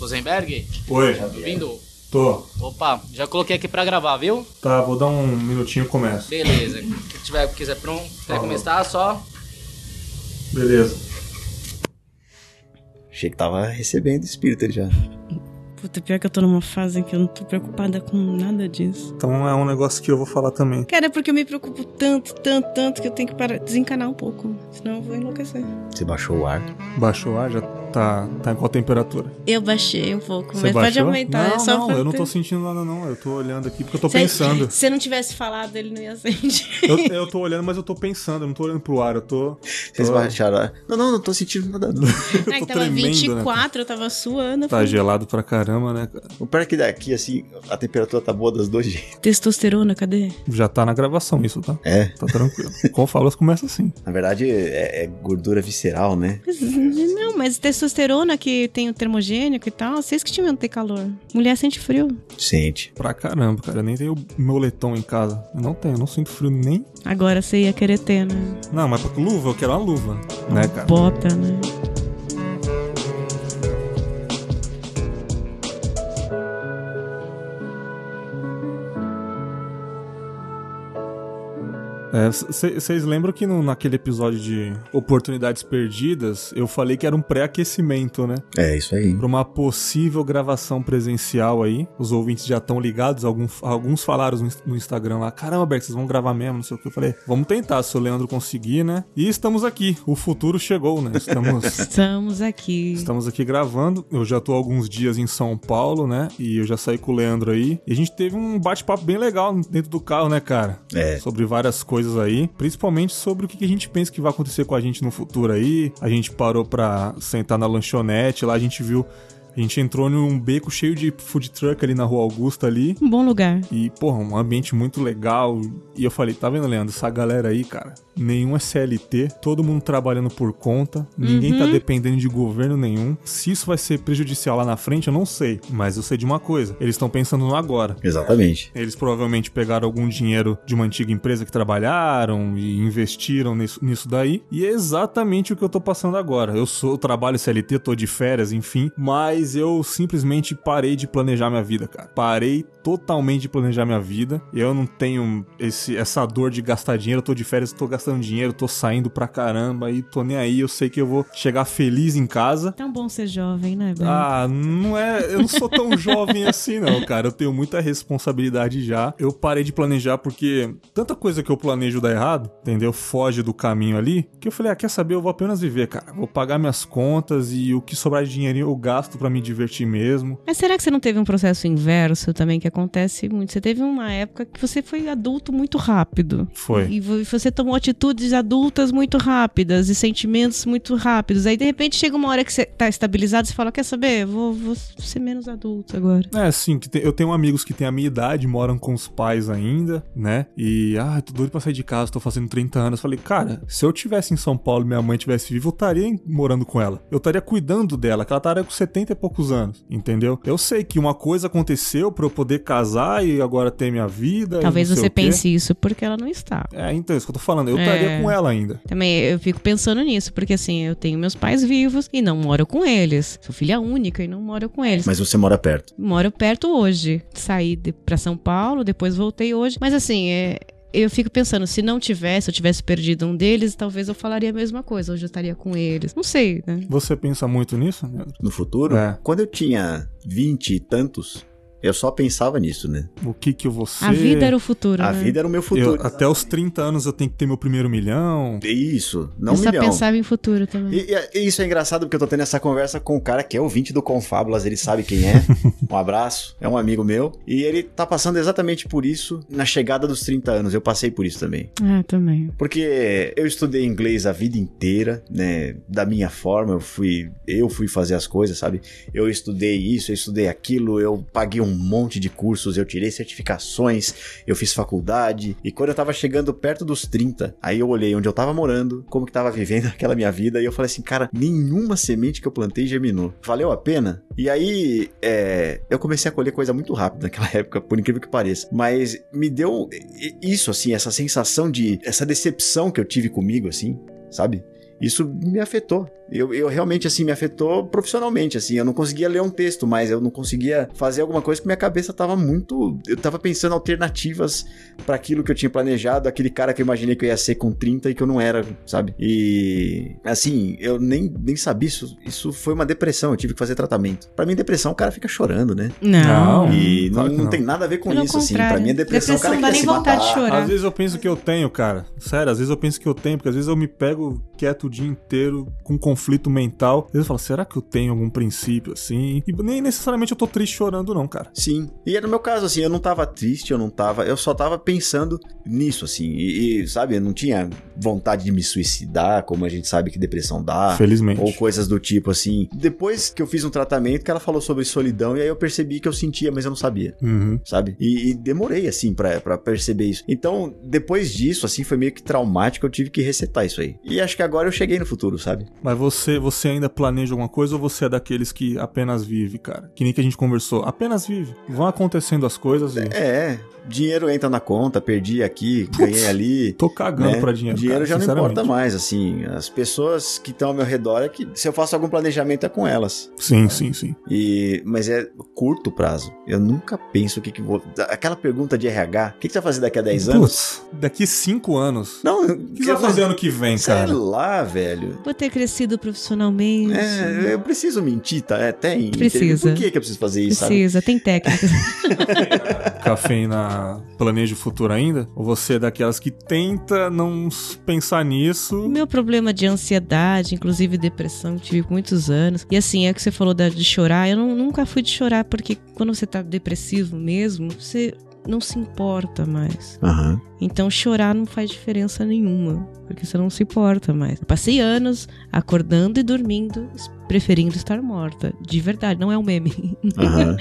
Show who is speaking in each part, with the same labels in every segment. Speaker 1: Rosenberg,
Speaker 2: Oi,
Speaker 1: tá vindo?
Speaker 2: tô.
Speaker 1: Opa, já coloquei aqui pra gravar, viu?
Speaker 2: Tá, vou dar um minutinho e começo.
Speaker 1: Beleza. Quem tiver, quiser pronto, quiser
Speaker 2: Falou.
Speaker 1: começar, só.
Speaker 2: Beleza.
Speaker 3: Achei que tava recebendo espírito ele já.
Speaker 4: Puta, pior que eu tô numa fase em que eu não tô preocupada com nada disso.
Speaker 2: Então é um negócio que eu vou falar também.
Speaker 4: Cara, é porque eu me preocupo tanto, tanto, tanto que eu tenho que parar, desencanar um pouco. Senão eu vou enlouquecer.
Speaker 3: Você baixou o ar.
Speaker 2: Baixou o ar, já tá, tá em qual temperatura?
Speaker 4: Eu baixei um pouco,
Speaker 2: Você
Speaker 4: mas pode
Speaker 2: baixou?
Speaker 4: aumentar.
Speaker 2: Não,
Speaker 4: é só
Speaker 2: não,
Speaker 4: pra
Speaker 2: eu não tô
Speaker 4: ter-
Speaker 2: sentindo nada não. Eu tô olhando aqui porque eu tô
Speaker 4: Se-
Speaker 2: pensando.
Speaker 4: Se eu não tivesse falado, ele não ia sentir.
Speaker 2: Eu, eu tô olhando, mas eu tô pensando, eu não tô olhando pro ar, eu tô.
Speaker 3: Vocês
Speaker 2: tô-
Speaker 3: baixaram o ar. Não, não, não tô sentindo nada.
Speaker 2: eu
Speaker 4: É
Speaker 2: tô
Speaker 4: que tava
Speaker 2: tremendo, né?
Speaker 4: 24, eu tava suando. eu
Speaker 2: Tá
Speaker 4: falei,
Speaker 2: gelado pra caramba, né? cara?
Speaker 3: O pior é que daqui, assim, a temperatura tá boa das dois jeitos.
Speaker 4: Testosterona, cadê?
Speaker 2: Já tá na gravação isso, tá?
Speaker 3: É.
Speaker 2: Tá tranquilo. Com falas começa assim.
Speaker 3: Na verdade, é, é gordura visceral, né?
Speaker 4: Mas- Não, mas testosterona que tem o termogênico e tal, vocês que tinham que ter calor. Mulher sente frio.
Speaker 3: Sente.
Speaker 2: Pra caramba, cara. Eu nem tenho meu letom em casa. Eu não tenho, eu não sinto frio nem.
Speaker 4: Agora você ia querer ter, né?
Speaker 2: Não, mas pra luva, eu quero uma luva. Né, cara?
Speaker 4: Bota, né?
Speaker 2: Vocês É, lembram que no- naquele episódio de Oportunidades Perdidas, eu falei que era um pré-aquecimento, né?
Speaker 3: É, isso aí.
Speaker 2: Pra uma possível gravação presencial aí. Os ouvintes já estão ligados, algum- alguns falaram no ins- no Instagram lá, caramba, Berk, vocês vão gravar mesmo, não sei o que. Eu falei, vamos tentar, se o Leandro conseguir, né? E estamos aqui, o futuro chegou, né? Estamos...
Speaker 4: Estamos aqui.
Speaker 2: Estamos aqui gravando. Eu já tô há alguns dias em São Paulo, né? E eu já saí com o Leandro aí. E a gente teve um bate-papo bem legal dentro do carro, né, cara?
Speaker 3: É.
Speaker 2: Sobre várias coisas aí. Principalmente sobre o que que a gente pensa que vai acontecer com a gente no futuro aí. A gente parou pra sentar na lanchonete lá, a gente viu. A gente entrou num beco cheio de food truck ali na Rua Augusta ali.
Speaker 4: Um bom lugar.
Speaker 2: E, porra, um ambiente muito legal. E eu falei, tá vendo, Leandro? Essa galera aí, cara, nenhum é CLT, todo mundo trabalhando por conta, ninguém tá dependendo de governo nenhum. Se isso vai ser prejudicial lá na frente, eu não sei. Mas eu sei de uma coisa: eles estão pensando no agora.
Speaker 3: Exatamente.
Speaker 2: Eles provavelmente pegaram algum dinheiro de uma antiga empresa que trabalharam e investiram nisso, nisso daí. E é exatamente o que eu tô passando agora. Eu sou eu trabalho CLT, tô de férias, enfim. Mas eu simplesmente parei de planejar minha vida, cara. Parei totalmente de planejar minha vida. Eu não tenho esse, essa dor de gastar dinheiro. Eu tô de férias, tô gastando dinheiro, tô saindo pra caramba e tô nem aí. Eu sei que eu vou chegar feliz em casa.
Speaker 4: Tão bom ser jovem, né, Beto?
Speaker 2: Ah, não é. Eu não sou tão jovem assim, não, cara. Eu tenho muita responsabilidade já. Eu parei de planejar porque tanta coisa que eu planejo dá errado, entendeu? Foge do caminho ali. Que eu falei, ah, quer saber? Eu vou apenas viver, cara. Vou pagar minhas contas e o que sobrar de dinheirinho eu gasto pra me divertir mesmo.
Speaker 4: Mas será que você não teve um processo inverso também que acontece muito? Você teve uma época que você foi adulto muito rápido.
Speaker 2: Foi.
Speaker 4: E vo- você tomou atitudes adultas muito rápidas e sentimentos muito rápidos. Aí, de repente, chega uma hora que você tá estabilizado e fala: Quer saber? Vou, vou ser menos adulto agora.
Speaker 2: É, sim, que tem- eu tenho amigos que têm a minha idade, moram com os pais ainda, né? E, ah, tô doido pra sair de casa, tô fazendo 30 anos. Falei, cara, se eu tivesse em São Paulo e minha mãe tivesse viva, eu estaria em- morando com ela. Eu estaria cuidando dela, que ela estaria com 70 e poucos anos, entendeu? Eu sei que uma coisa aconteceu pra eu poder casar e agora ter minha vida. e
Speaker 4: Talvez
Speaker 2: É, não sei
Speaker 4: você
Speaker 2: o quê.
Speaker 4: pense isso porque ela não está.
Speaker 2: É, então, isso que eu tô falando, eu
Speaker 4: É.
Speaker 2: estaria com ela ainda.
Speaker 4: Também eu fico pensando nisso, porque assim, eu tenho meus pais vivos e não moro com eles. Sou filha única e não moro com eles.
Speaker 3: Mas você mora perto.
Speaker 4: moro perto hoje. Saí de, pra São Paulo, depois voltei hoje. Mas assim, é, eu fico pensando, se não tivesse, eu tivesse perdido um deles, talvez eu falaria a mesma coisa. Hoje eu estaria com eles. Não sei, né?
Speaker 2: Você pensa muito nisso, Leandro?
Speaker 3: No futuro,
Speaker 2: É.
Speaker 3: quando eu tinha 20 e tantos, eu só pensava nisso, né?
Speaker 2: O que que você...
Speaker 4: A vida era o futuro,
Speaker 3: A
Speaker 4: né?
Speaker 3: vida era o meu
Speaker 2: eu,
Speaker 3: futuro.
Speaker 2: até os 30 anos eu tenho que ter meu primeiro milhão.
Speaker 3: Isso, não
Speaker 4: eu
Speaker 3: um
Speaker 4: só
Speaker 3: milhão.
Speaker 4: pensava em futuro também.
Speaker 3: E, e- e isso é engraçado porque eu tô tendo essa conversa com um cara que é ouvinte do Confábulas, ele sabe quem é. Um abraço, é um amigo meu. E ele tá passando exatamente por isso na chegada dos 30 anos. Eu passei por isso também.
Speaker 4: Ah, também.
Speaker 3: Porque eu estudei inglês a vida inteira, né? Da minha forma, eu fui, eu fui fazer as coisas, sabe? Eu estudei isso, eu estudei aquilo, eu paguei um monte de cursos, eu tirei certificações, eu fiz faculdade. E quando eu tava chegando perto dos 30, aí eu olhei onde eu tava morando, como que tava vivendo aquela minha vida, e eu falei assim, cara, nenhuma semente que eu plantei germinou. Valeu a pena? E aí, é, eu comecei a colher coisa muito rápido naquela época, por incrível que pareça. Mas me deu i- isso, assim, essa sensação de. essa decepção que eu tive comigo, assim, sabe? Isso me afetou. Eu, eu realmente, assim, me afetou profissionalmente, assim. Eu não conseguia ler um texto, mas eu não conseguia fazer alguma coisa porque minha cabeça tava muito. Eu tava pensando alternativas para aquilo que eu tinha planejado, aquele cara que eu imaginei que eu ia ser com 30 e que eu não era, sabe? E. Assim, eu nem, nem sabia isso. Isso foi uma depressão, eu tive que fazer tratamento. Para mim, depressão, o cara fica chorando, né?
Speaker 4: Não.
Speaker 2: Não.
Speaker 3: E não,
Speaker 2: Uhum. Claro que
Speaker 3: não
Speaker 2: não.
Speaker 3: tem nada a ver com
Speaker 4: Pelo
Speaker 3: isso, assim.
Speaker 4: contrário.
Speaker 3: Pra mim é depressão,
Speaker 4: Depressão
Speaker 3: o
Speaker 4: dá
Speaker 3: cara quer
Speaker 4: nem
Speaker 3: se
Speaker 4: vontade de
Speaker 3: matar.
Speaker 4: chorar.
Speaker 2: Às vezes eu penso que eu tenho, cara. Sério, às vezes eu penso que eu tenho, porque às vezes eu me pego quieto o dia inteiro com conflito mental. Às vezes eu falo, será que eu tenho algum princípio assim? E nem necessariamente eu tô triste chorando, não, cara.
Speaker 3: Sim. E era no meu caso, assim, eu não tava triste, eu não tava. Eu só tava pensando nisso, assim. E, e, sabe, eu não tinha vontade de me suicidar, como a gente sabe que depressão dá.
Speaker 2: Felizmente.
Speaker 3: Ah, Ou coisas do tipo, assim. Depois que eu fiz um tratamento, que ela falou sobre solidão, e aí eu percebi que eu sentia, mas eu não sabia.
Speaker 2: Uhum.
Speaker 3: Sabe? E, e demorei, assim, pra pra perceber isso. Então, depois disso, assim, foi meio que traumático, eu tive que resetar isso aí. E acho que agora eu cheguei no futuro, sabe?
Speaker 2: Mas você, você ainda planeja alguma coisa ou você é daqueles que apenas vive, cara? Que nem que a gente conversou. Apenas vive. Vão acontecendo as coisas e.
Speaker 3: É, dinheiro entra na conta, perdi aqui, ganhei ali.
Speaker 2: Tô cagando
Speaker 3: né?
Speaker 2: pra dinheiro. cara,
Speaker 3: já não importa
Speaker 2: sinceramente.
Speaker 3: mais, assim. As pessoas que estão ao meu redor é que se eu faço algum planejamento é com elas.
Speaker 2: Sim, sim, sim.
Speaker 3: E mas é curto prazo. Eu nunca penso o que que vou aquela pergunta de RH, o que que você vai fazer daqui a 10 anos?
Speaker 2: Putz, daqui cinco anos.
Speaker 3: Não, eu-
Speaker 2: O que você vai fazer ano que vem,
Speaker 3: Sei
Speaker 2: cara?
Speaker 3: lá, velho.
Speaker 4: Vou ter crescido profissionalmente.
Speaker 3: É, eu preciso mentir, tá? É, tem.
Speaker 4: Precisa.
Speaker 3: Por que que eu preciso fazer isso, sabe?
Speaker 4: Precisa, tem técnicas.
Speaker 2: Cafeína planeja o futuro ainda? Ou você é daquelas que tenta não s- pensar
Speaker 4: O
Speaker 2: nisso?
Speaker 4: meu problema de ansiedade, inclusive depressão, que tive muitos anos. E assim, é que você falou da- de chorar. Eu não- nunca fui de chorar, porque quando você tá depressivo mesmo, você não se importa mais.
Speaker 3: Aham.
Speaker 4: Então chorar não faz diferença nenhuma, porque você não se importa mais. Eu Passei anos acordando e dormindo, s- preferindo estar morta. De verdade, não é um meme.
Speaker 3: Aham.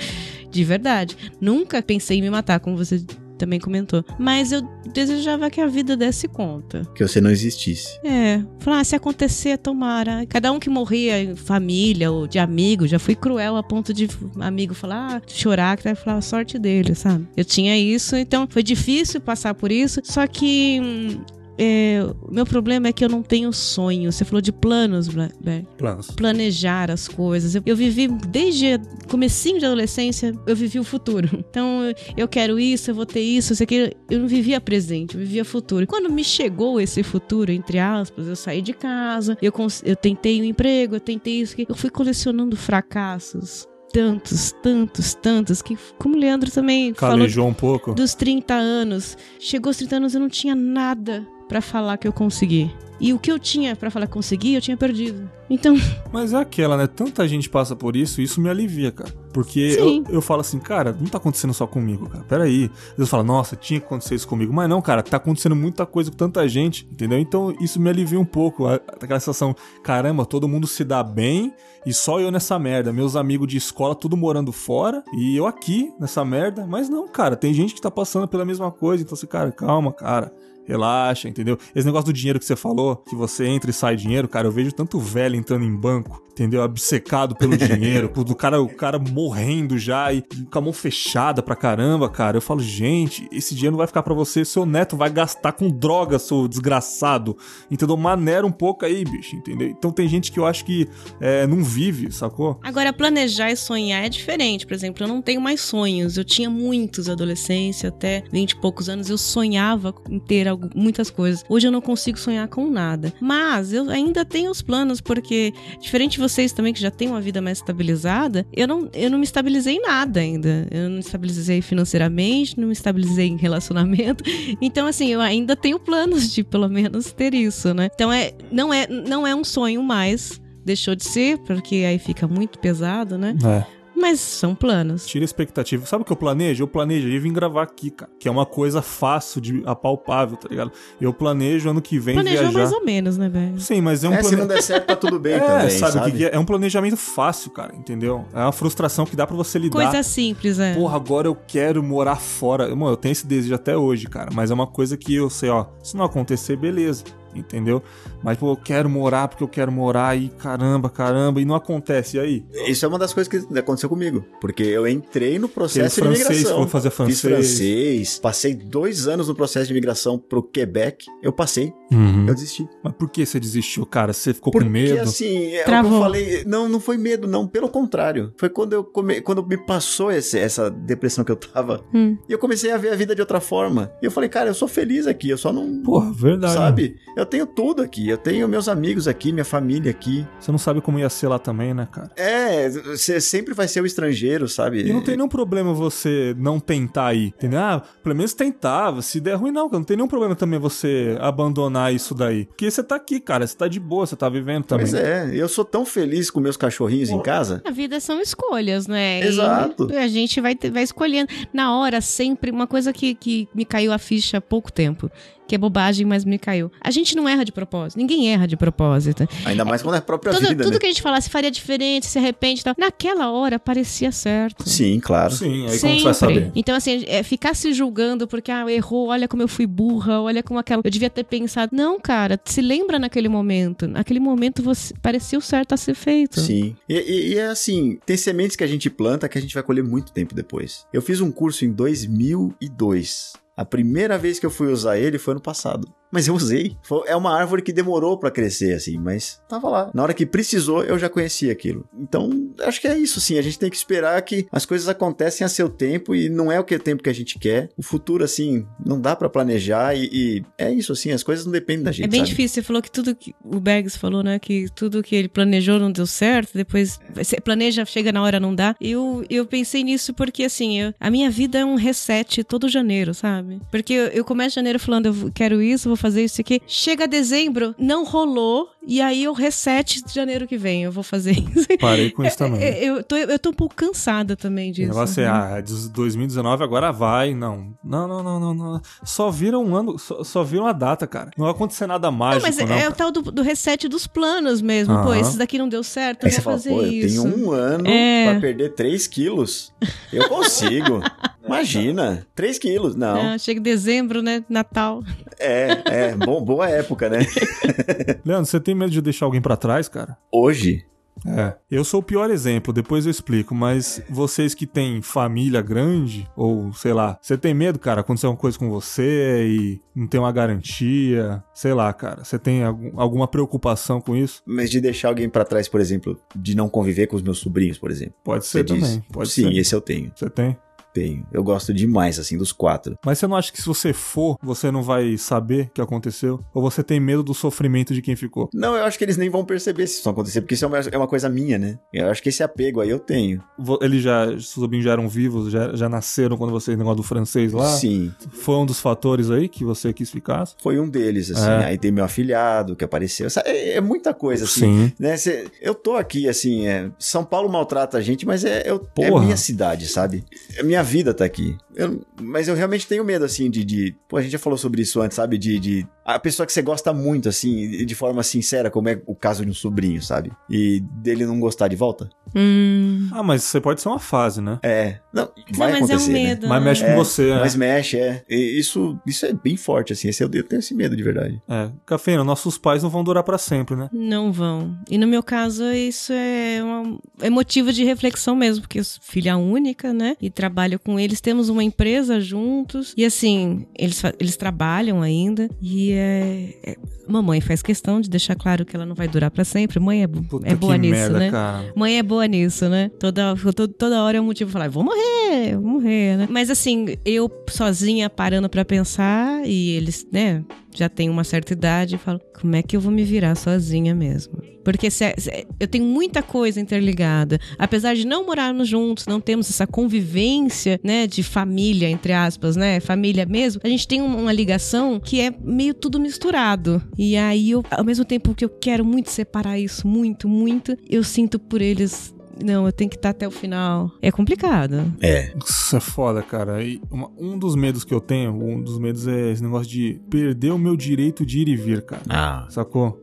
Speaker 4: De verdade. Nunca pensei em me matar, como você também comentou. Mas eu desejava que a vida desse conta.
Speaker 3: que você não existisse.
Speaker 4: É, falar, ah, se acontecer, tomara. Cada um que morria em família ou de amigo, já fui cruel a ponto de amigo falar, ah, chorar, que vai falar a sorte dele, sabe? Eu tinha isso, então foi difícil passar por isso, só que. hum, é, o meu problema é que eu não tenho sonho. Você falou de planos, Bla- Blair
Speaker 2: Planos.
Speaker 4: planejar as coisas. Eu, eu vivi desde comecinho de adolescência, eu vivi o futuro. Então, eu- eu quero isso, eu vou ter isso, isso aqui. Eu não vivia presente, eu vivia futuro. Quando me chegou esse futuro, entre aspas, eu saí de casa, eu, cons- eu tentei um emprego, eu tentei isso, aqui. eu fui colecionando fracassos. Tantos, tantos, tantos, que como o Leandro também falou
Speaker 2: Calejou um pouco.
Speaker 4: dos 30 anos. Chegou aos 30 anos, eu não tinha nada pra falar que eu consegui. E o que eu tinha pra falar que consegui, eu tinha perdido. Então,
Speaker 2: Mas é aquela, né? Tanta gente passa por isso e isso me alivia, cara. Porque
Speaker 4: Sim.
Speaker 2: eu, eu falo assim, cara, não tá acontecendo só comigo, cara. Peraí. Às vezes eu falo, nossa, tinha que acontecer isso comigo. Mas não, cara, tá acontecendo muita coisa com tanta gente, entendeu? Então isso me alivia um pouco. a- Aquela sensação, caramba, todo mundo se dá bem e só eu nessa merda. Meus amigos de escola, tudo morando fora e eu aqui nessa merda. Mas não, cara, tem gente que tá passando pela mesma coisa. Então assim, cara, calma, cara. Relaxa, entendeu? Esse negócio do dinheiro que você falou, que você entra e sai dinheiro, cara, eu vejo tanto velho entrando em banco, entendeu? Obcecado pelo dinheiro, pô, do cara, o cara morrendo já e com a mão fechada pra caramba, cara. Eu falo, gente, esse dinheiro não vai ficar pra você, seu neto vai gastar com droga, seu desgraçado. Entendeu? Maneira um pouco aí, bicho, entendeu? Então tem gente que eu acho que é, não vive, sacou?
Speaker 4: Agora, planejar e sonhar é diferente. Por exemplo, eu não tenho mais sonhos. Eu tinha muitos adolescência, até 20 e poucos anos. Eu sonhava em ter algu- muitas coisas. Hoje eu não consigo sonhar com nada. Mas eu ainda tenho os planos, porque, diferente de vocês também, que já têm uma vida mais estabilizada, eu não, eu não me estabilizei em nada ainda. Eu não me estabilizei financeiramente, não me estabilizei em relacionamento. Então, assim, eu ainda tenho planos de, pelo menos, ter isso, né? Então, é, não, é, não é um sonho mais deixou de ser, porque aí fica muito pesado, né?
Speaker 2: É.
Speaker 4: Mas são planos.
Speaker 2: Tira a expectativa. Sabe o que eu planejo? Eu planejo e vim gravar aqui, cara. Que é uma coisa fácil de apalpável, tá ligado? Eu planejo ano que vem
Speaker 4: Planejou
Speaker 2: viajar.
Speaker 4: mais ou menos, né, velho?
Speaker 2: Sim, mas é um
Speaker 3: É, se
Speaker 2: plane-
Speaker 3: não der certo, tá tudo bem
Speaker 2: É,
Speaker 3: também,
Speaker 2: sabe,
Speaker 3: sabe?
Speaker 2: o que que é? É um planejamento fácil, cara, entendeu? É uma frustração que dá pra você lidar.
Speaker 4: Coisa simples, é.
Speaker 2: Porra, agora eu quero morar fora. Mano, eu tenho esse desejo até hoje, cara. Mas é uma coisa que eu sei, ó. Se não acontecer, beleza. entendeu? Mas, pô, eu quero morar porque eu quero morar e caramba, caramba, e não acontece. E aí?
Speaker 3: Isso é uma das coisas que aconteceu comigo. Porque eu entrei no
Speaker 2: Aquele
Speaker 3: processo de
Speaker 2: um francês,
Speaker 3: imigração.
Speaker 2: vou fazer
Speaker 3: Fiz
Speaker 2: francês.
Speaker 3: francês, passei dois anos no processo de imigração pro Quebec. Eu passei,
Speaker 2: Uhum.
Speaker 3: eu desisti.
Speaker 2: Mas por que você desistiu, cara? Você ficou
Speaker 3: Porque
Speaker 2: com medo?
Speaker 3: assim, é o que eu
Speaker 4: Travou.
Speaker 3: falei. Não, não foi medo, não. Pelo contrário. Foi quando eu come, quando me passou esse- essa depressão que eu tava.
Speaker 4: Hum.
Speaker 3: E eu comecei a ver a vida de outra forma. E eu falei, cara, eu sou feliz aqui, eu só não.
Speaker 2: Porra, verdade.
Speaker 3: Sabe? Eu tenho tudo aqui. Eu tenho meus amigos aqui, minha família aqui.
Speaker 2: Você não sabe como ia ser lá também, né, cara?
Speaker 3: É, você sempre vai ser o estrangeiro, sabe?
Speaker 2: E não tem nenhum problema você não tentar ir, entendeu? Ah, pelo menos tentar, se der ruim não, cara, não tem nenhum problema também você abandonar isso daí. Porque você tá aqui, cara, você tá de boa, você tá vivendo também.
Speaker 3: Pois é, eu sou tão feliz com meus cachorrinhos em casa.
Speaker 4: A vida são escolhas, né?
Speaker 3: Exato.
Speaker 4: E a gente vai, ter- vai escolhendo. Na hora, sempre, uma coisa que, que me caiu a ficha há pouco tempo, que é bobagem, mas me caiu. A gente não erra de propósito. Ninguém erra de propósito.
Speaker 3: Ainda mais quando é a própria
Speaker 4: Tudo,
Speaker 3: vida,
Speaker 4: tudo
Speaker 3: né?
Speaker 4: que a gente falasse faria diferente, se arrepende e tal. Naquela hora, parecia certo.
Speaker 3: Sim, claro.
Speaker 2: Sim, aí como
Speaker 4: Sempre.
Speaker 2: você vai saber?
Speaker 4: Então, assim, é, ficar se julgando porque, ah, errou, olha como eu fui burra, olha como aquela. Eu devia ter pensado. Não, cara, se lembra naquele momento. Naquele momento você pareceu certo a ser feito.
Speaker 3: Sim. E, e- e é assim, tem sementes que a gente planta que a gente vai colher muito tempo depois. Eu fiz um curso em 2002. A primeira vez que eu fui usar ele foi ano passado. Mas eu usei. Foi- é uma árvore que demorou pra crescer, assim, mas tava lá. Na hora que precisou, eu já conhecia aquilo. Então, acho que é isso, sim. A gente tem que esperar que as coisas acontecem a seu tempo e não é o que tempo que a gente quer. O futuro, assim, não dá pra planejar e, e é isso, assim. As coisas não dependem da gente.
Speaker 4: É bem
Speaker 3: sabe?
Speaker 4: difícil. Você falou que tudo que o Bags falou, né? Que tudo que ele planejou não deu certo. Depois
Speaker 3: É.
Speaker 4: você planeja, chega na hora, não dá. Eu, eu pensei nisso porque, assim, eu- a minha vida é um reset todo janeiro, sabe? Porque eu, eu começo janeiro falando, eu vou- quero isso, vou fazer isso aqui. Chega dezembro, não rolou. E aí eu reset janeiro que vem, eu vou fazer isso.
Speaker 2: Parei com isso
Speaker 3: Uhum.
Speaker 2: também.
Speaker 4: É, Eu, tô, eu tô um pouco cansada
Speaker 2: O
Speaker 4: também
Speaker 3: um
Speaker 4: disso. né?
Speaker 2: negócio é, ah, diz- 2019 agora vai, não. Não, não, não, não, não. Só vira um ano, só, só vira uma data, cara. Não vai acontecer nada
Speaker 4: Não,
Speaker 2: mágico,
Speaker 4: mas
Speaker 2: não.
Speaker 4: é o
Speaker 2: cara.
Speaker 4: tal do, do reset dos planos mesmo. Pô,
Speaker 2: Aham.
Speaker 4: esses daqui não deu certo, eu
Speaker 3: Aí
Speaker 4: vou
Speaker 3: você fala,
Speaker 4: fazer
Speaker 3: pô, eu
Speaker 4: isso.
Speaker 3: tenho um ano
Speaker 4: É.
Speaker 3: pra perder 3 quilos. Eu consigo. Imagina, 3 quilos. Não,
Speaker 4: Ah, chega dezembro, né? Natal.
Speaker 3: é, é, bom, boa época, né?
Speaker 2: Leandro, você tem medo de deixar alguém pra trás, cara?
Speaker 3: Hoje,
Speaker 2: É. Eu sou o pior exemplo, depois eu explico, mas vocês que têm família grande, ou sei lá, você tem medo, cara, acontecer alguma coisa com você e não tem uma garantia, sei lá, cara, você tem algum- alguma preocupação com isso?
Speaker 3: mas de deixar alguém pra trás, por exemplo, de não conviver com os meus sobrinhos, por exemplo.
Speaker 2: Pode ser
Speaker 3: Você diz.
Speaker 2: também, pode
Speaker 3: Sim,
Speaker 2: ser.
Speaker 3: esse eu tenho,
Speaker 2: Você tem?
Speaker 3: tenho. Eu gosto demais, assim, dos quatro.
Speaker 2: Mas você não acha que se você for, você não vai saber o que aconteceu? Ou você tem medo do sofrimento de quem ficou?
Speaker 3: Não, eu acho que eles nem vão perceber se isso acontecer, porque isso é uma, é uma coisa minha, né? Eu acho que esse apego aí eu tenho.
Speaker 2: Vo- Eles já, seus sobrinhos já eram vivos, já, já nasceram quando vocês negócio do francês lá?
Speaker 3: Sim,
Speaker 2: Foi um dos fatores aí que você quis ficar?
Speaker 3: foi um deles, assim.
Speaker 2: É.
Speaker 3: Aí tem meu afilhado que apareceu. Sabe, É, é muita coisa, assim. né? cê- eu tô aqui, assim, é, São Paulo maltrata a gente, mas é, eu, é
Speaker 2: Porra.
Speaker 3: minha cidade, sabe? É, minha vida tá aqui. Eu- mas eu realmente tenho medo, assim, de, de- Pô, a gente já falou sobre isso antes, sabe? De, de- A pessoa que você gosta muito, assim, e de forma sincera, como é o caso de um sobrinho, sabe? E dele não gostar de volta.
Speaker 4: Hum.
Speaker 2: Ah, mas você pode ser uma fase, né?
Speaker 3: É. Não,
Speaker 4: Não,
Speaker 3: vai
Speaker 4: mas é um
Speaker 3: acontecer, né?
Speaker 4: medo.
Speaker 2: Mas
Speaker 4: né?
Speaker 2: mexe
Speaker 3: É,
Speaker 2: com você, né?
Speaker 3: Mas mexe, é. E isso, isso é bem forte, assim. Esse, eu eu tenho esse medo de verdade.
Speaker 2: É, Cafeína, nossos pais não vão durar pra sempre, né?
Speaker 4: Não vão. E no meu caso, isso é, uma, é motivo de reflexão mesmo, porque eu sou filha única, né? E trabalho com eles, temos uma empresa juntos. E assim, eles, fa- eles trabalham ainda. E é, é- Mamãe faz questão de deixar claro que ela não vai durar pra sempre. Mãe é, bo-
Speaker 2: Puta
Speaker 4: é boa
Speaker 2: que
Speaker 4: nisso,
Speaker 2: merda,
Speaker 4: né?
Speaker 2: cara.
Speaker 4: Mãe é boa nisso, né? Toda, toda, toda hora é um motivo pra falar, vou morrer, vou morrer, né? Mas assim, eu sozinha parando pra pensar e eles, né, já têm uma certa idade, eu falo, como é que eu vou me virar sozinha mesmo? Porque se- se- eu tenho muita coisa interligada. Apesar de não morarmos juntos, não temos essa convivência, né, de família, entre aspas, né, família mesmo, a gente tem um- uma ligação que é meio tudo misturado. E aí, eu, ao mesmo tempo que eu quero muito separar isso, muito, muito, eu sinto por eles. Não, eu tenho que estar até o final. É complicado.
Speaker 3: É.
Speaker 2: Isso é foda, cara. E uma- um dos medos que eu tenho, um dos medos é esse negócio de perder o meu direito de ir e vir, cara.
Speaker 3: Ah.
Speaker 2: Sacou?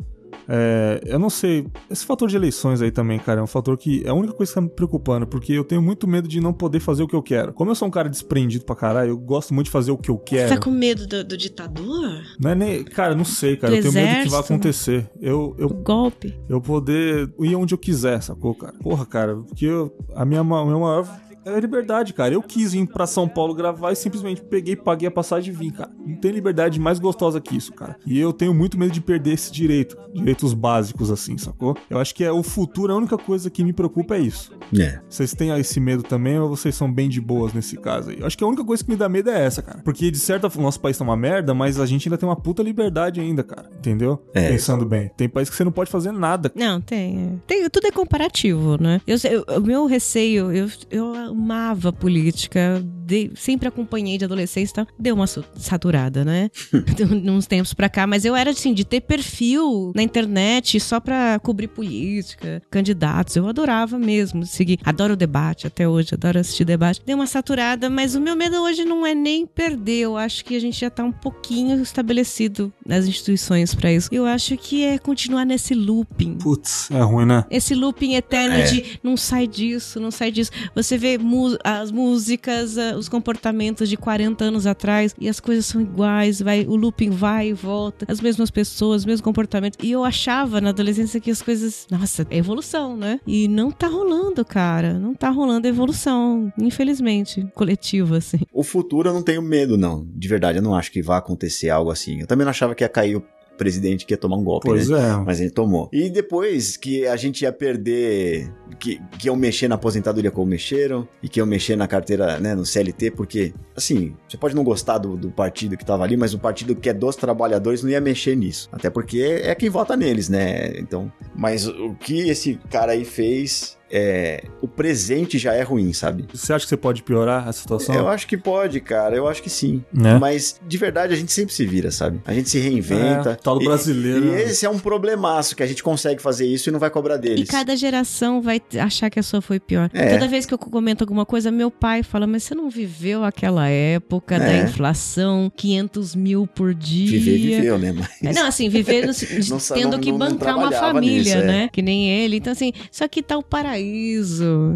Speaker 2: É, eu não sei. Esse fator de eleições aí também, cara, é um fator que é a única coisa que tá me preocupando, porque eu tenho muito medo de não poder fazer o que eu quero. Como eu sou um cara desprendido pra caralho, eu gosto muito de fazer o que é? eu
Speaker 4: Você
Speaker 2: quero.
Speaker 4: tá com medo do, do ditador?
Speaker 2: Não é nem. Cara, não sei, cara. Eu
Speaker 4: Do
Speaker 2: tenho medo do que vai
Speaker 4: exército? né?
Speaker 2: acontecer. Eu, eu
Speaker 4: Do golpe?
Speaker 2: eu poder ir onde eu quiser, sacou, cara? Porra, cara, porque eu- a minha, ma- minha maior. É a liberdade, cara. Eu quis ir pra São Paulo gravar e simplesmente peguei, paguei a passagem e vim, cara. Não tem liberdade mais gostosa que isso, cara. E eu tenho muito medo de perder esse direito. Direitos básicos, assim, sacou? Eu acho que é o futuro, a única coisa que me preocupa é isso.
Speaker 3: É.
Speaker 2: Vocês têm esse medo também ou vocês são bem de boas nesse caso aí? Eu acho que a única coisa que me dá medo é essa, cara. Porque, de certa forma, nosso país tá uma merda, mas a gente ainda tem uma puta liberdade ainda, cara. Entendeu?
Speaker 3: É.
Speaker 2: Pensando bem. Tem país que você não pode fazer nada.
Speaker 4: Não, tem, é. tem. Tudo é comparativo, né? Eu, sei- eu- o meu receio, eu, eu amava política, dei- sempre acompanhei de adolescência e tal. Deu uma su- saturada, né? De um- uns tempos pra cá, mas eu era assim, de ter perfil na internet só pra cobrir política, candidatos. Eu adorava mesmo seguir. Adoro o debate até hoje, adoro assistir debate. Deu uma saturada, mas o meu medo hoje não é nem perder. Eu acho que a gente já tá um pouquinho estabelecido nas instituições pra isso. Eu acho que é continuar nesse looping.
Speaker 2: Putz, é ruim, né?
Speaker 4: Esse looping eterno
Speaker 3: É.
Speaker 4: de não sai disso, não sai disso. Você vê mu- as músicas, ah, os comportamentos de 40 anos atrás e as coisas são iguais, vai, o looping vai e volta, as mesmas pessoas, os mesmos comportamentos. E eu achava na adolescência que as coisas, nossa, é evolução, né? E não tá rolando, cara, não tá rolando evolução, infelizmente, coletiva assim.
Speaker 3: O futuro eu não tenho medo, não. De verdade, eu não acho que vai acontecer algo assim. Eu também não achava que ia cair o presidente que ia tomar um golpe, né?
Speaker 2: Pois é.
Speaker 3: Mas ele tomou. E depois que a gente ia perder. Que, que eu mexer na aposentadoria como mexeram, e que eu mexer na carteira, né, no CLT, porque, assim, você pode não gostar do, do partido que tava ali, mas o partido que é dos trabalhadores não ia mexer nisso. Até porque é quem vota neles, né? Então. Mas o que esse cara aí fez. É, o presente já é ruim, sabe?
Speaker 2: Você acha que você pode piorar a situação?
Speaker 3: Eu acho que pode, cara. Eu acho que sim.
Speaker 2: Né?
Speaker 3: Mas, de verdade, a gente sempre se vira, sabe? A gente se
Speaker 2: É,
Speaker 3: reinventa.
Speaker 2: tal do
Speaker 3: E-
Speaker 2: brasileiro,
Speaker 3: E
Speaker 2: né?
Speaker 3: esse é um problemaço, que a gente consegue fazer isso e não vai cobrar
Speaker 4: E
Speaker 3: deles.
Speaker 4: cada geração vai t- achar que a sua foi pior.
Speaker 3: É.
Speaker 4: Toda vez que eu comento alguma coisa, meu pai fala: Mas você não viveu aquela época da
Speaker 3: É.
Speaker 4: inflação, 500 mil por dia.
Speaker 3: Viver, viveu, né? Mas-
Speaker 4: É, Não, assim, viver no se- de-
Speaker 3: Não sa-
Speaker 4: tendo
Speaker 3: não-
Speaker 4: que
Speaker 3: não- não
Speaker 4: bancar uma
Speaker 3: trabalhava
Speaker 4: família,
Speaker 3: nisso, é.
Speaker 4: né? Que nem ele. Então, assim, só que tá o paraíso.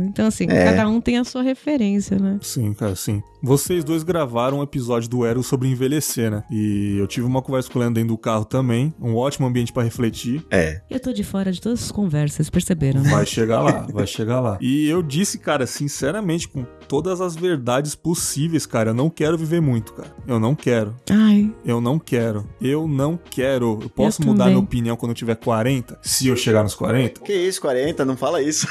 Speaker 4: Então, assim,
Speaker 3: É.
Speaker 4: cada um tem a sua referência, né?
Speaker 2: Sim, cara, sim. Vocês dois gravaram um episódio do Ero sobre envelhecer, né? E eu tive uma conversa com o Leandro dentro do carro também. Um ótimo ambiente pra refletir.
Speaker 3: É.
Speaker 4: Eu tô de fora de todas as conversas, perceberam, né?
Speaker 2: Vai chegar lá, vai chegar lá. E eu disse, cara, sinceramente, com todas as verdades possíveis, cara, eu não quero viver muito, cara. Eu não quero.
Speaker 4: Ai,
Speaker 2: Eu não quero. Eu não quero. Eu posso
Speaker 4: Eu
Speaker 2: mudar
Speaker 4: também.
Speaker 2: minha opinião quando eu tiver 40? Se eu chegar nos 40?
Speaker 3: Que isso, 40? Não fala isso.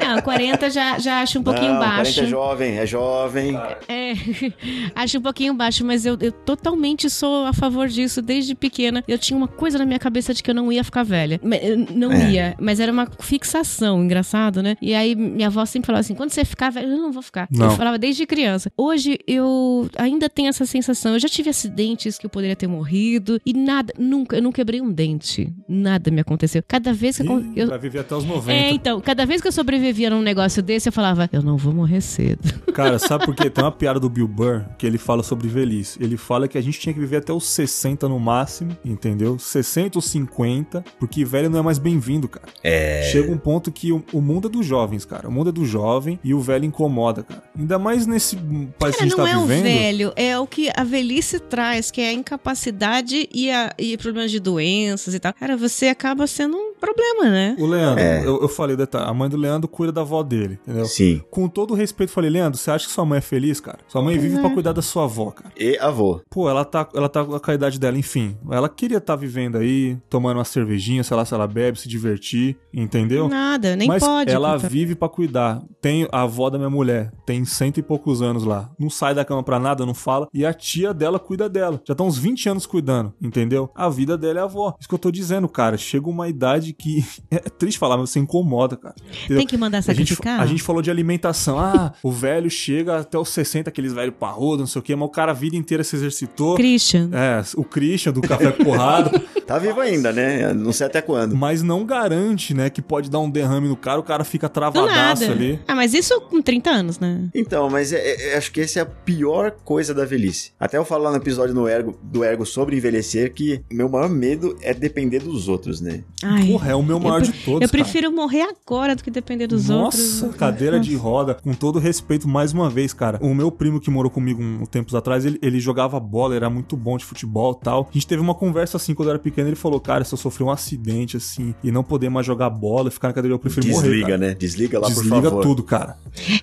Speaker 4: não, 40 já, já acho um pouquinho
Speaker 3: não,
Speaker 4: baixo.
Speaker 3: 40 é jovem, é jovem.
Speaker 4: É, acho um pouquinho baixo, mas eu, eu totalmente sou a favor disso desde pequena. Eu tinha uma coisa na minha cabeça de que eu não ia ficar velha. Me- eu Não
Speaker 3: É.
Speaker 4: ia, mas era uma fixação, engraçado, né? E aí minha avó sempre falava assim: quando você ficar velha, eu não vou ficar.
Speaker 2: Não.
Speaker 4: Eu falava desde criança. Hoje eu ainda tenho essa sensação. Eu já tive acidentes que eu poderia ter morrido e nada, nunca, eu não quebrei um dente. Nada me aconteceu. Cada vez que eu-
Speaker 2: Ih,
Speaker 4: eu.
Speaker 2: Vai viver até os
Speaker 4: É,
Speaker 2: 90.
Speaker 4: então, cada vez que eu sobrevivia num negócio desse, eu falava, eu não vou morrer cedo.
Speaker 2: Cara, sabe por quê? Tem uma piada do Bill Burr que ele fala sobre velhice. Ele fala que a gente tinha que viver até os 60 no máximo, entendeu? 60 ou 50, porque velho não é mais bem-vindo, cara.
Speaker 3: É.
Speaker 2: Chega um ponto que o, o mundo é dos jovens, cara. O mundo é do jovem e o velho incomoda, cara. Ainda mais nesse hum, país que a
Speaker 4: Cara,
Speaker 2: gente
Speaker 4: não
Speaker 2: tá
Speaker 4: é o
Speaker 2: vivendo.
Speaker 4: velho, é o que a velhice traz, que é a incapacidade e, a- e problemas de doenças e tal. Cara, você acaba sendo um problema, né?
Speaker 2: O Leandro,
Speaker 3: É.
Speaker 2: eu, eu falei, o detalhe, a mãe do Leandro cuida da avó dele, entendeu?
Speaker 3: Sim.
Speaker 2: Com todo o respeito, eu falei, Leandro, você acha que sua mãe é feliz, cara? Sua mãe vive pra cuidar da sua avó, cara.
Speaker 3: E avô.
Speaker 2: Pô, ela tá, ela tá com a idade dela, enfim. Ela queria estar vivendo aí, tomando uma cervejinha, sei lá, se ela bebe, se divertir, entendeu?
Speaker 4: Nada, nem
Speaker 2: Mas
Speaker 4: pode.
Speaker 2: ela
Speaker 4: coitado.
Speaker 2: vive pra cuidar. Tem a avó da minha mulher, tem cento e poucos anos lá. Não sai da cama pra nada, não fala. E a tia dela cuida dela. Já tá uns 20 anos cuidando, entendeu? A vida dela é a avó. Isso que eu tô dizendo, cara. Chega uma idade verdade que é triste falar, mas você incomoda, cara. Entendeu?
Speaker 4: Tem que mandar
Speaker 2: A gente,
Speaker 4: sacrificar?
Speaker 2: a gente falou de alimentação. Ah, o velho chega até os 60, aqueles velho parrudo, não sei o quê, mas o cara a vida inteira se exercitou.
Speaker 4: Christian,
Speaker 2: É, o Christian do Café com Porrada,
Speaker 3: Tá vivo ainda, né? Não sei até quando.
Speaker 2: mas não garante, né, que pode dar um derrame no cara, o cara fica
Speaker 4: do
Speaker 2: travadaço
Speaker 4: nada.
Speaker 2: ali.
Speaker 4: Ah, mas isso com 30 anos, né?
Speaker 3: Então, mas é- é- acho que essa é a pior coisa da velhice. Até eu falo lá no episódio no Ergo, do Ergo sobre envelhecer que meu maior medo é depender dos outros, né?
Speaker 4: Ai,
Speaker 2: Porra, é o meu maior
Speaker 4: pre-
Speaker 2: de todos.
Speaker 4: eu
Speaker 2: cara.
Speaker 4: prefiro morrer agora do que depender dos outros. né?
Speaker 2: Nossa, cadeira de roda. Com todo respeito, mais uma vez, cara. O meu primo que morou comigo um tempos atrás, ele, ele jogava bola, era muito bom de futebol e tal. A gente teve uma conversa assim quando eu era pequeno. Ele falou, cara, se eu sofrer um acidente assim e não poder mais jogar bola, ficar na cadeira, eu prefiro morrer.
Speaker 3: Desliga,
Speaker 2: cara.
Speaker 3: né? Desliga lá, por
Speaker 2: Desliga
Speaker 3: favor.
Speaker 2: tudo, cara.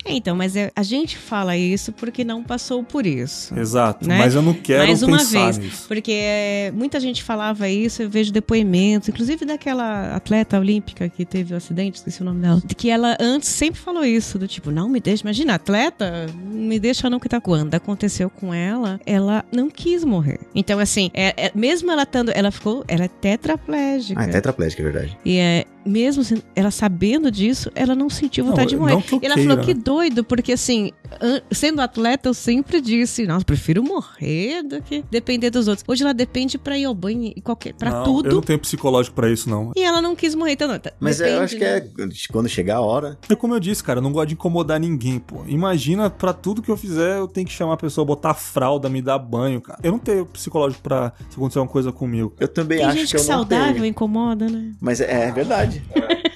Speaker 4: É, então, mas é- a gente fala isso porque não passou por isso.
Speaker 2: Exato.
Speaker 4: Né?
Speaker 2: Mas eu não quero
Speaker 4: Mais uma
Speaker 2: pensar
Speaker 4: vez.
Speaker 2: nisso.
Speaker 4: Porque é, muita gente falava isso, eu vejo depoimentos, inclusive daquela atleta olímpica que teve o acidente, esqueci o nome dela, que ela antes sempre falou isso, do tipo, não me deixa, imagina, atleta, não me deixa não que tá. Quando aconteceu com ela, ela não quis morrer. Então, assim, é- é- mesmo ela estando, ela ficou, ela é tetraplégica.
Speaker 3: Ah, é tetraplégica, é verdade.
Speaker 4: E é, mesmo sendo- ela sabendo disso, ela não sentiu
Speaker 2: Não,
Speaker 4: vontade de morrer.
Speaker 2: não que eu
Speaker 4: E ela
Speaker 2: queira,
Speaker 4: falou que
Speaker 2: né?
Speaker 4: doido, porque assim, an- sendo atleta, eu sempre disse, nossa, prefiro morrer do que depender dos outros. Hoje ela depende pra ir ao banho e qualquer, pra
Speaker 2: Não, Eu não
Speaker 4: tudo.
Speaker 2: tenho psicológico pra isso, não.
Speaker 4: E ela não quis morrer, então não, tá-
Speaker 3: Mas eu
Speaker 4: depende,
Speaker 3: acho que
Speaker 4: né?
Speaker 3: é quando chegar a hora.
Speaker 2: É como eu disse, cara, eu não gosto de incomodar ninguém, pô. Imagina, pra tudo que eu fizer, eu tenho que chamar a pessoa, botar fralda, me dar banho, cara. Eu não tenho psicológico pra se acontecer uma coisa comigo.
Speaker 3: Eu também
Speaker 4: Tem
Speaker 3: acho
Speaker 4: gente
Speaker 3: que eu
Speaker 4: que,
Speaker 3: não
Speaker 4: saudável
Speaker 3: tenho.
Speaker 4: incomoda, né?
Speaker 3: Mas é, é verdade.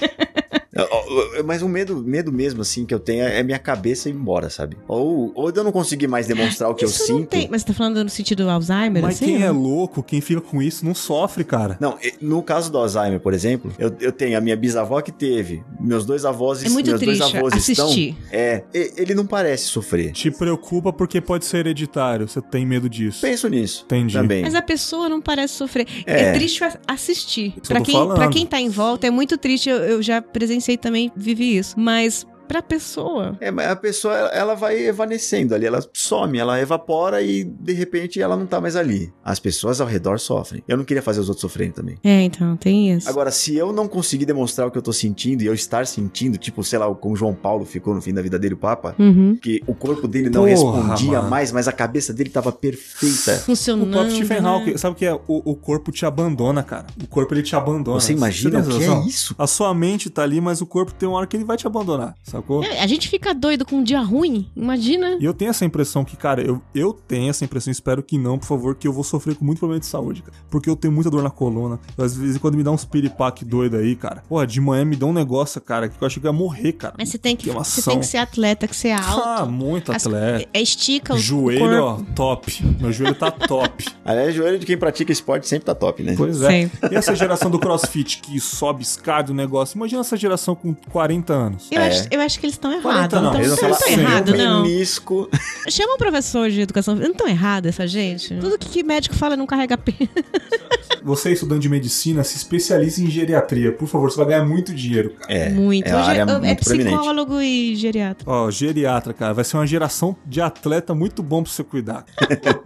Speaker 3: É, ó, Mas o medo, medo mesmo, assim, que eu tenho é minha cabeça ir embora, sabe? Ou, ou eu não conseguir mais demonstrar o que
Speaker 4: isso
Speaker 3: eu
Speaker 4: não
Speaker 3: sinto.
Speaker 4: tem. Mas você tá falando no sentido Alzheimer,
Speaker 2: Mas
Speaker 4: assim?
Speaker 2: quem é
Speaker 4: né?
Speaker 2: louco, quem fica com isso, não sofre, cara.
Speaker 3: Não, e- no caso do Alzheimer, por exemplo, eu, eu tenho a minha bisavó que teve, meus dois avós,
Speaker 4: É muito
Speaker 3: meus
Speaker 4: triste
Speaker 3: dois avós
Speaker 4: assistir.
Speaker 3: estão. É, e- ele não parece sofrer.
Speaker 2: Te preocupa porque pode ser hereditário. Você tem medo disso.
Speaker 3: Penso nisso.
Speaker 2: Entendi.
Speaker 3: Também.
Speaker 4: Mas é a pessoa não parece sofrer. É,
Speaker 3: É.
Speaker 4: triste a- assistir.
Speaker 2: eu
Speaker 4: Pra
Speaker 2: tô
Speaker 4: quem,
Speaker 2: falando.
Speaker 4: pra quem tá em volta, é muito triste. Eu, eu já presenciei também, vivi isso. Mas pra pessoa.
Speaker 3: É, mas a pessoa, ela- ela vai evanescendo ali, ela some, ela evapora e de repente ela não tá mais ali. As pessoas ao redor sofrem. Eu não queria fazer os outros sofrerem também.
Speaker 4: É, então, tem isso.
Speaker 3: Agora, se eu não conseguir demonstrar o que eu tô sentindo e eu estar sentindo, tipo, sei lá, como João Paulo ficou no fim da vida dele, o Papa,
Speaker 4: Uhum.
Speaker 3: que o corpo dele não
Speaker 2: Porra,
Speaker 3: respondia
Speaker 2: mano.
Speaker 3: mais, mas a cabeça dele tava perfeita.
Speaker 2: O
Speaker 4: Funcionando.
Speaker 2: próprio Stephen
Speaker 4: né?
Speaker 2: Hawking, sabe o que é? O, o corpo te abandona, cara. O corpo ele te abandona.
Speaker 3: Você
Speaker 2: tem
Speaker 3: imagina o que
Speaker 2: razão?
Speaker 3: é isso?
Speaker 2: A sua mente tá ali, mas o corpo tem uma hora que ele vai te abandonar, sacou?
Speaker 4: É, a gente fica doido com um dia ruim, imagina.
Speaker 2: E eu tenho essa impressão que, cara, eu, eu tenho essa impressão, espero que não, por favor, que eu vou sofrer com muito problema de saúde, cara. Porque eu tenho muita dor na coluna. Eu, às vezes, quando me dá uns piripaque doido aí, cara. Porra, de manhã me dá um negócio, cara, que eu acho que eu ia morrer, cara.
Speaker 4: Mas você tem que,
Speaker 2: Que é uma
Speaker 4: você
Speaker 2: ação.
Speaker 4: tem que ser atleta, que ser
Speaker 2: Ah,
Speaker 4: alto.
Speaker 2: muito
Speaker 4: As-
Speaker 2: atleta.
Speaker 4: É, estica o
Speaker 2: Joelho,
Speaker 4: corpo.
Speaker 2: ó, top. Meu joelho tá top.
Speaker 3: Aliás, o joelho de quem pratica esporte sempre tá top, né?
Speaker 2: Pois é.
Speaker 4: Sim.
Speaker 2: E essa geração do crossfit que sobe, escada o negócio. Imagina essa geração com 40 anos.
Speaker 4: Eu,
Speaker 3: É.
Speaker 4: acho, eu acho que eles estão errados.
Speaker 2: 40 não,
Speaker 4: Então,
Speaker 2: eles
Speaker 4: eles
Speaker 2: vão
Speaker 4: não
Speaker 2: falar
Speaker 4: estão
Speaker 2: assim,
Speaker 4: errados,
Speaker 3: né?
Speaker 2: eu
Speaker 4: não.
Speaker 3: menisco.
Speaker 4: Chama um professor de educação. Não estão errados essa gente? Tudo que, que médico fala não carrega peso.
Speaker 2: Você, estudante de medicina, se especialize em geriatria. Por favor, você vai ganhar muito dinheiro, cara.
Speaker 3: É,
Speaker 4: muito.
Speaker 3: É, a
Speaker 4: Hoje
Speaker 3: área
Speaker 4: é, é
Speaker 3: muito proeminente.
Speaker 4: psicólogo e geriatra.
Speaker 2: Ó, geriatra, cara, vai ser uma geração de atleta muito bom pra você cuidar.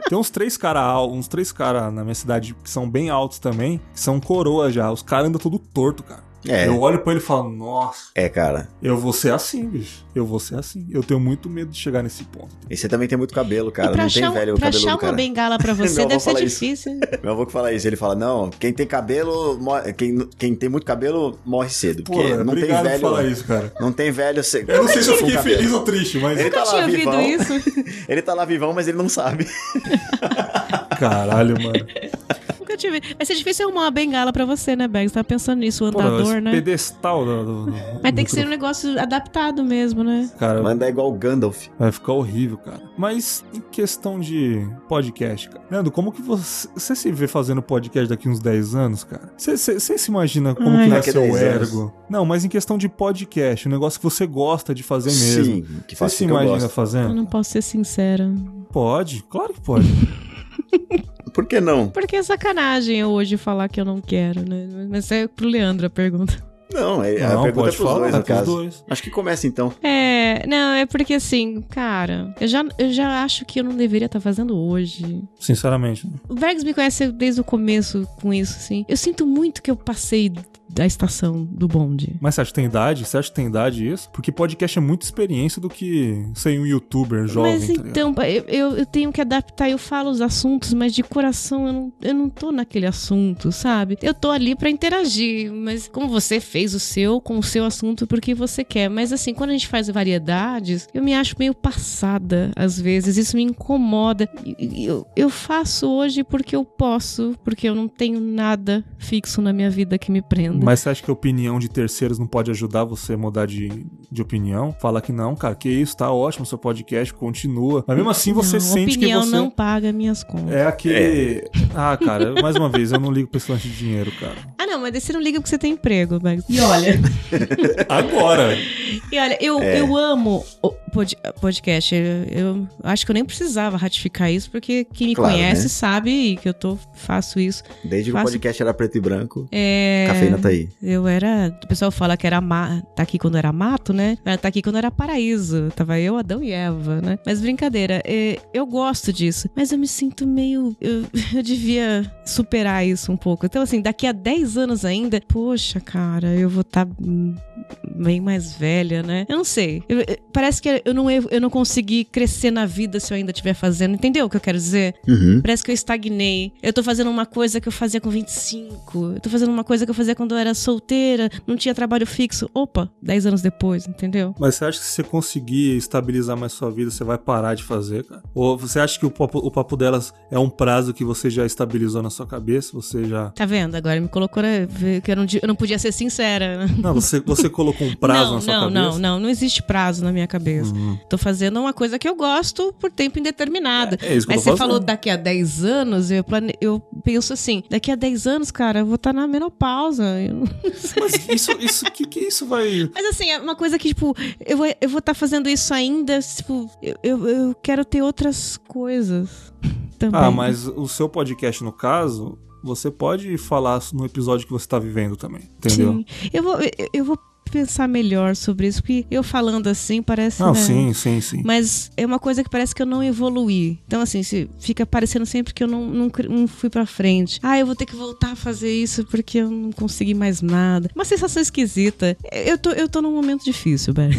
Speaker 2: Tem uns três caras uns três cara na minha cidade que são bem altos também, que são coroa já. Os caras andam todo torto, cara.
Speaker 3: É,
Speaker 2: Eu olho pra ele e falo, nossa,
Speaker 3: é, cara.
Speaker 2: eu vou ser assim, bicho. Eu vou ser assim. Eu tenho muito medo de chegar nesse ponto.
Speaker 3: E você também tem muito cabelo, cara.
Speaker 4: e pra
Speaker 3: Não
Speaker 4: achar,
Speaker 3: tem
Speaker 4: um-
Speaker 3: velho
Speaker 4: pra
Speaker 3: cabeludo,
Speaker 4: achar uma
Speaker 3: cara.
Speaker 4: bengala pra
Speaker 3: Meu
Speaker 4: você
Speaker 3: avô
Speaker 4: deve ser
Speaker 3: fala isso.
Speaker 4: difícil.
Speaker 3: Meu avô que fala isso, ele fala, não, quem tem cabelo, morre- quem, quem tem muito cabelo, morre cedo.
Speaker 2: Pô,
Speaker 3: Porque não tem
Speaker 2: obrigado por falar
Speaker 3: velho...
Speaker 2: isso, cara.
Speaker 3: Não tem velho... se-
Speaker 2: Eu não sei se eu
Speaker 3: com
Speaker 2: fiquei
Speaker 3: cabelo.
Speaker 2: feliz ou triste, mas.
Speaker 3: Ele
Speaker 4: Nunca
Speaker 3: tá
Speaker 4: tinha
Speaker 3: lá
Speaker 4: ouvido
Speaker 3: vivão.
Speaker 4: isso.
Speaker 3: Ele tá lá vivão, mas ele não sabe.
Speaker 2: Caralho, mano.
Speaker 4: Nunca tinha ouvido. Vai ser difícil arrumar uma bengala pra você, né, Beg? Você tava pensando nisso, o
Speaker 2: Pô, esse
Speaker 4: andador, né?
Speaker 2: pedestal do, do- do-
Speaker 4: Mas
Speaker 2: do
Speaker 4: tem que ser um
Speaker 2: micro-
Speaker 4: negócio adaptado mesmo, né?
Speaker 2: Cara,
Speaker 3: Manda igual o Gandalf.
Speaker 2: vai ficar horrível, cara. Mas em questão de podcast, cara. Leandro, como que você, você se vê fazendo podcast daqui uns 10 anos, cara? Você, você- você se imagina como
Speaker 4: Ai.
Speaker 2: que vai
Speaker 3: Daqui a
Speaker 2: ser o
Speaker 3: 10 anos.
Speaker 2: ergo? Não, mas em questão de podcast, um negócio que você gosta de fazer É mesmo.
Speaker 3: Sim, que
Speaker 2: Você
Speaker 3: faço
Speaker 2: se
Speaker 3: o que eu
Speaker 2: imagina
Speaker 3: gosto.
Speaker 4: Eu
Speaker 2: fazendo?
Speaker 4: não posso ser sincera.
Speaker 2: Pode, claro que pode.
Speaker 3: Por que não?
Speaker 4: Porque é sacanagem eu hoje falar que eu não quero, né? Mas é pro Leandro a pergunta.
Speaker 3: Não, é, a
Speaker 2: não,
Speaker 3: pergunta é
Speaker 2: pode
Speaker 3: pros
Speaker 2: falar,
Speaker 3: dois, no
Speaker 2: pros
Speaker 3: caso.
Speaker 2: dois.
Speaker 3: Acho que começa então.
Speaker 4: É, não, é porque assim, cara, eu já, eu já acho que eu não deveria estar fazendo hoje.
Speaker 2: Sinceramente. né?
Speaker 4: O Bergs me conhece desde o começo com isso, assim. Eu sinto muito que eu passei da estação do bonde.
Speaker 2: Mas você acha que tem idade? Você acha que tem idade isso? Porque podcast é muito experiência do que ser um youtuber jovem,
Speaker 4: mas
Speaker 2: tá ligado?
Speaker 4: então, pa- eu, eu, eu tenho que adaptar, eu falo os assuntos, mas de coração eu não, eu não tô naquele assunto, sabe? Eu tô ali pra interagir, mas como você fez o seu, com o seu assunto, porque você quer. Mas assim, quando a gente faz variedades, eu me acho meio passada às vezes, isso me incomoda. E- e Eu, eu faço hoje porque eu posso, porque eu não tenho nada fixo na minha vida que me prenda.
Speaker 2: Mas você acha que a opinião de terceiros não pode ajudar você a mudar de, de opinião? Fala que não, cara, que isso, tá ótimo, seu podcast continua. Mas mesmo assim você
Speaker 4: não,
Speaker 2: sente que
Speaker 4: opinião
Speaker 2: você.
Speaker 4: não paga minhas contas.
Speaker 2: É aquele. Ah, cara, mais uma vez, eu não ligo pra esse lance de dinheiro, cara.
Speaker 4: Ah, não, mas daí você não liga porque você tem emprego, Bags. E
Speaker 2: Agora!
Speaker 4: E olha, eu,
Speaker 3: É.
Speaker 4: eu amo o pod- podcast. Eu, eu acho que eu nem precisava ratificar isso, porque quem me
Speaker 3: Claro,
Speaker 4: conhece
Speaker 3: né?
Speaker 4: sabe que eu tô, faço isso.
Speaker 3: Desde que o
Speaker 4: Faço-
Speaker 3: podcast era preto e branco,
Speaker 4: É,
Speaker 3: cafeína tá aí.
Speaker 4: Eu era. O pessoal fala que era ma, tá aqui quando era mato, né? Era tá aqui quando era paraíso. Tava eu, Adão e Eva, né? Mas brincadeira, é, eu gosto disso. Mas eu me sinto meio. Eu, eu devia superar isso um pouco. Então, assim, daqui a 10 anos ainda, poxa, cara, eu vou estar bem mais velha, né? Eu não sei. Eu- eu- parece que eu não, evo- eu não consegui crescer na vida se eu ainda estiver fazendo. Entendeu o que eu quero dizer?
Speaker 3: Uhum.
Speaker 4: Parece que eu estagnei. Eu tô fazendo uma coisa que eu fazia com 25. Eu tô fazendo uma coisa que eu fazia quando eu era solteira, não tinha trabalho fixo. Opa, 10 anos depois, entendeu?
Speaker 2: Mas você acha que se você conseguir estabilizar mais sua vida, você vai parar de fazer, cara? Ou você acha que o papo, o papo delas é um prazo que você já estabilizou na sua cabeça? Você já.
Speaker 4: Tá vendo? Agora me colocou né, ver que eu não, di- eu não podia ser sincera. né?
Speaker 2: Não, você, você colocou um prazo
Speaker 4: não,
Speaker 2: na sua
Speaker 4: não,
Speaker 2: cabeça?
Speaker 4: não, não, não existe prazo na minha cabeça.
Speaker 2: Hum.
Speaker 4: Tô fazendo uma coisa que eu gosto por tempo indeterminado.
Speaker 2: É isso que
Speaker 4: Mas
Speaker 2: eu
Speaker 4: você
Speaker 2: tô
Speaker 4: falou
Speaker 2: fazendo.
Speaker 4: daqui a 10 anos, eu, plane... eu penso assim, daqui a 10 anos, cara, eu vou estar na menopausa. Eu não-
Speaker 2: Mas isso, isso, que, que isso vai.
Speaker 4: Mas assim, é uma coisa que, tipo, eu vou estar eu vou tá fazendo isso ainda, tipo, eu, eu, eu quero ter outras coisas também.
Speaker 2: Ah, mas o seu podcast, no caso, você pode falar no episódio que você tá vivendo também, entendeu?
Speaker 4: Sim. Eu vou, eu, eu vou pensar melhor sobre isso, porque eu falando assim parece...
Speaker 2: Não,
Speaker 4: né?
Speaker 2: sim, sim, sim.
Speaker 4: Mas é uma coisa que parece que eu não evoluí. Então, assim, se fica parecendo sempre que eu não, não, cre- não fui pra frente. Ah, eu vou ter que voltar a fazer isso porque eu não consegui mais nada. Uma sensação esquisita. Eu tô, eu tô num momento difícil, velho.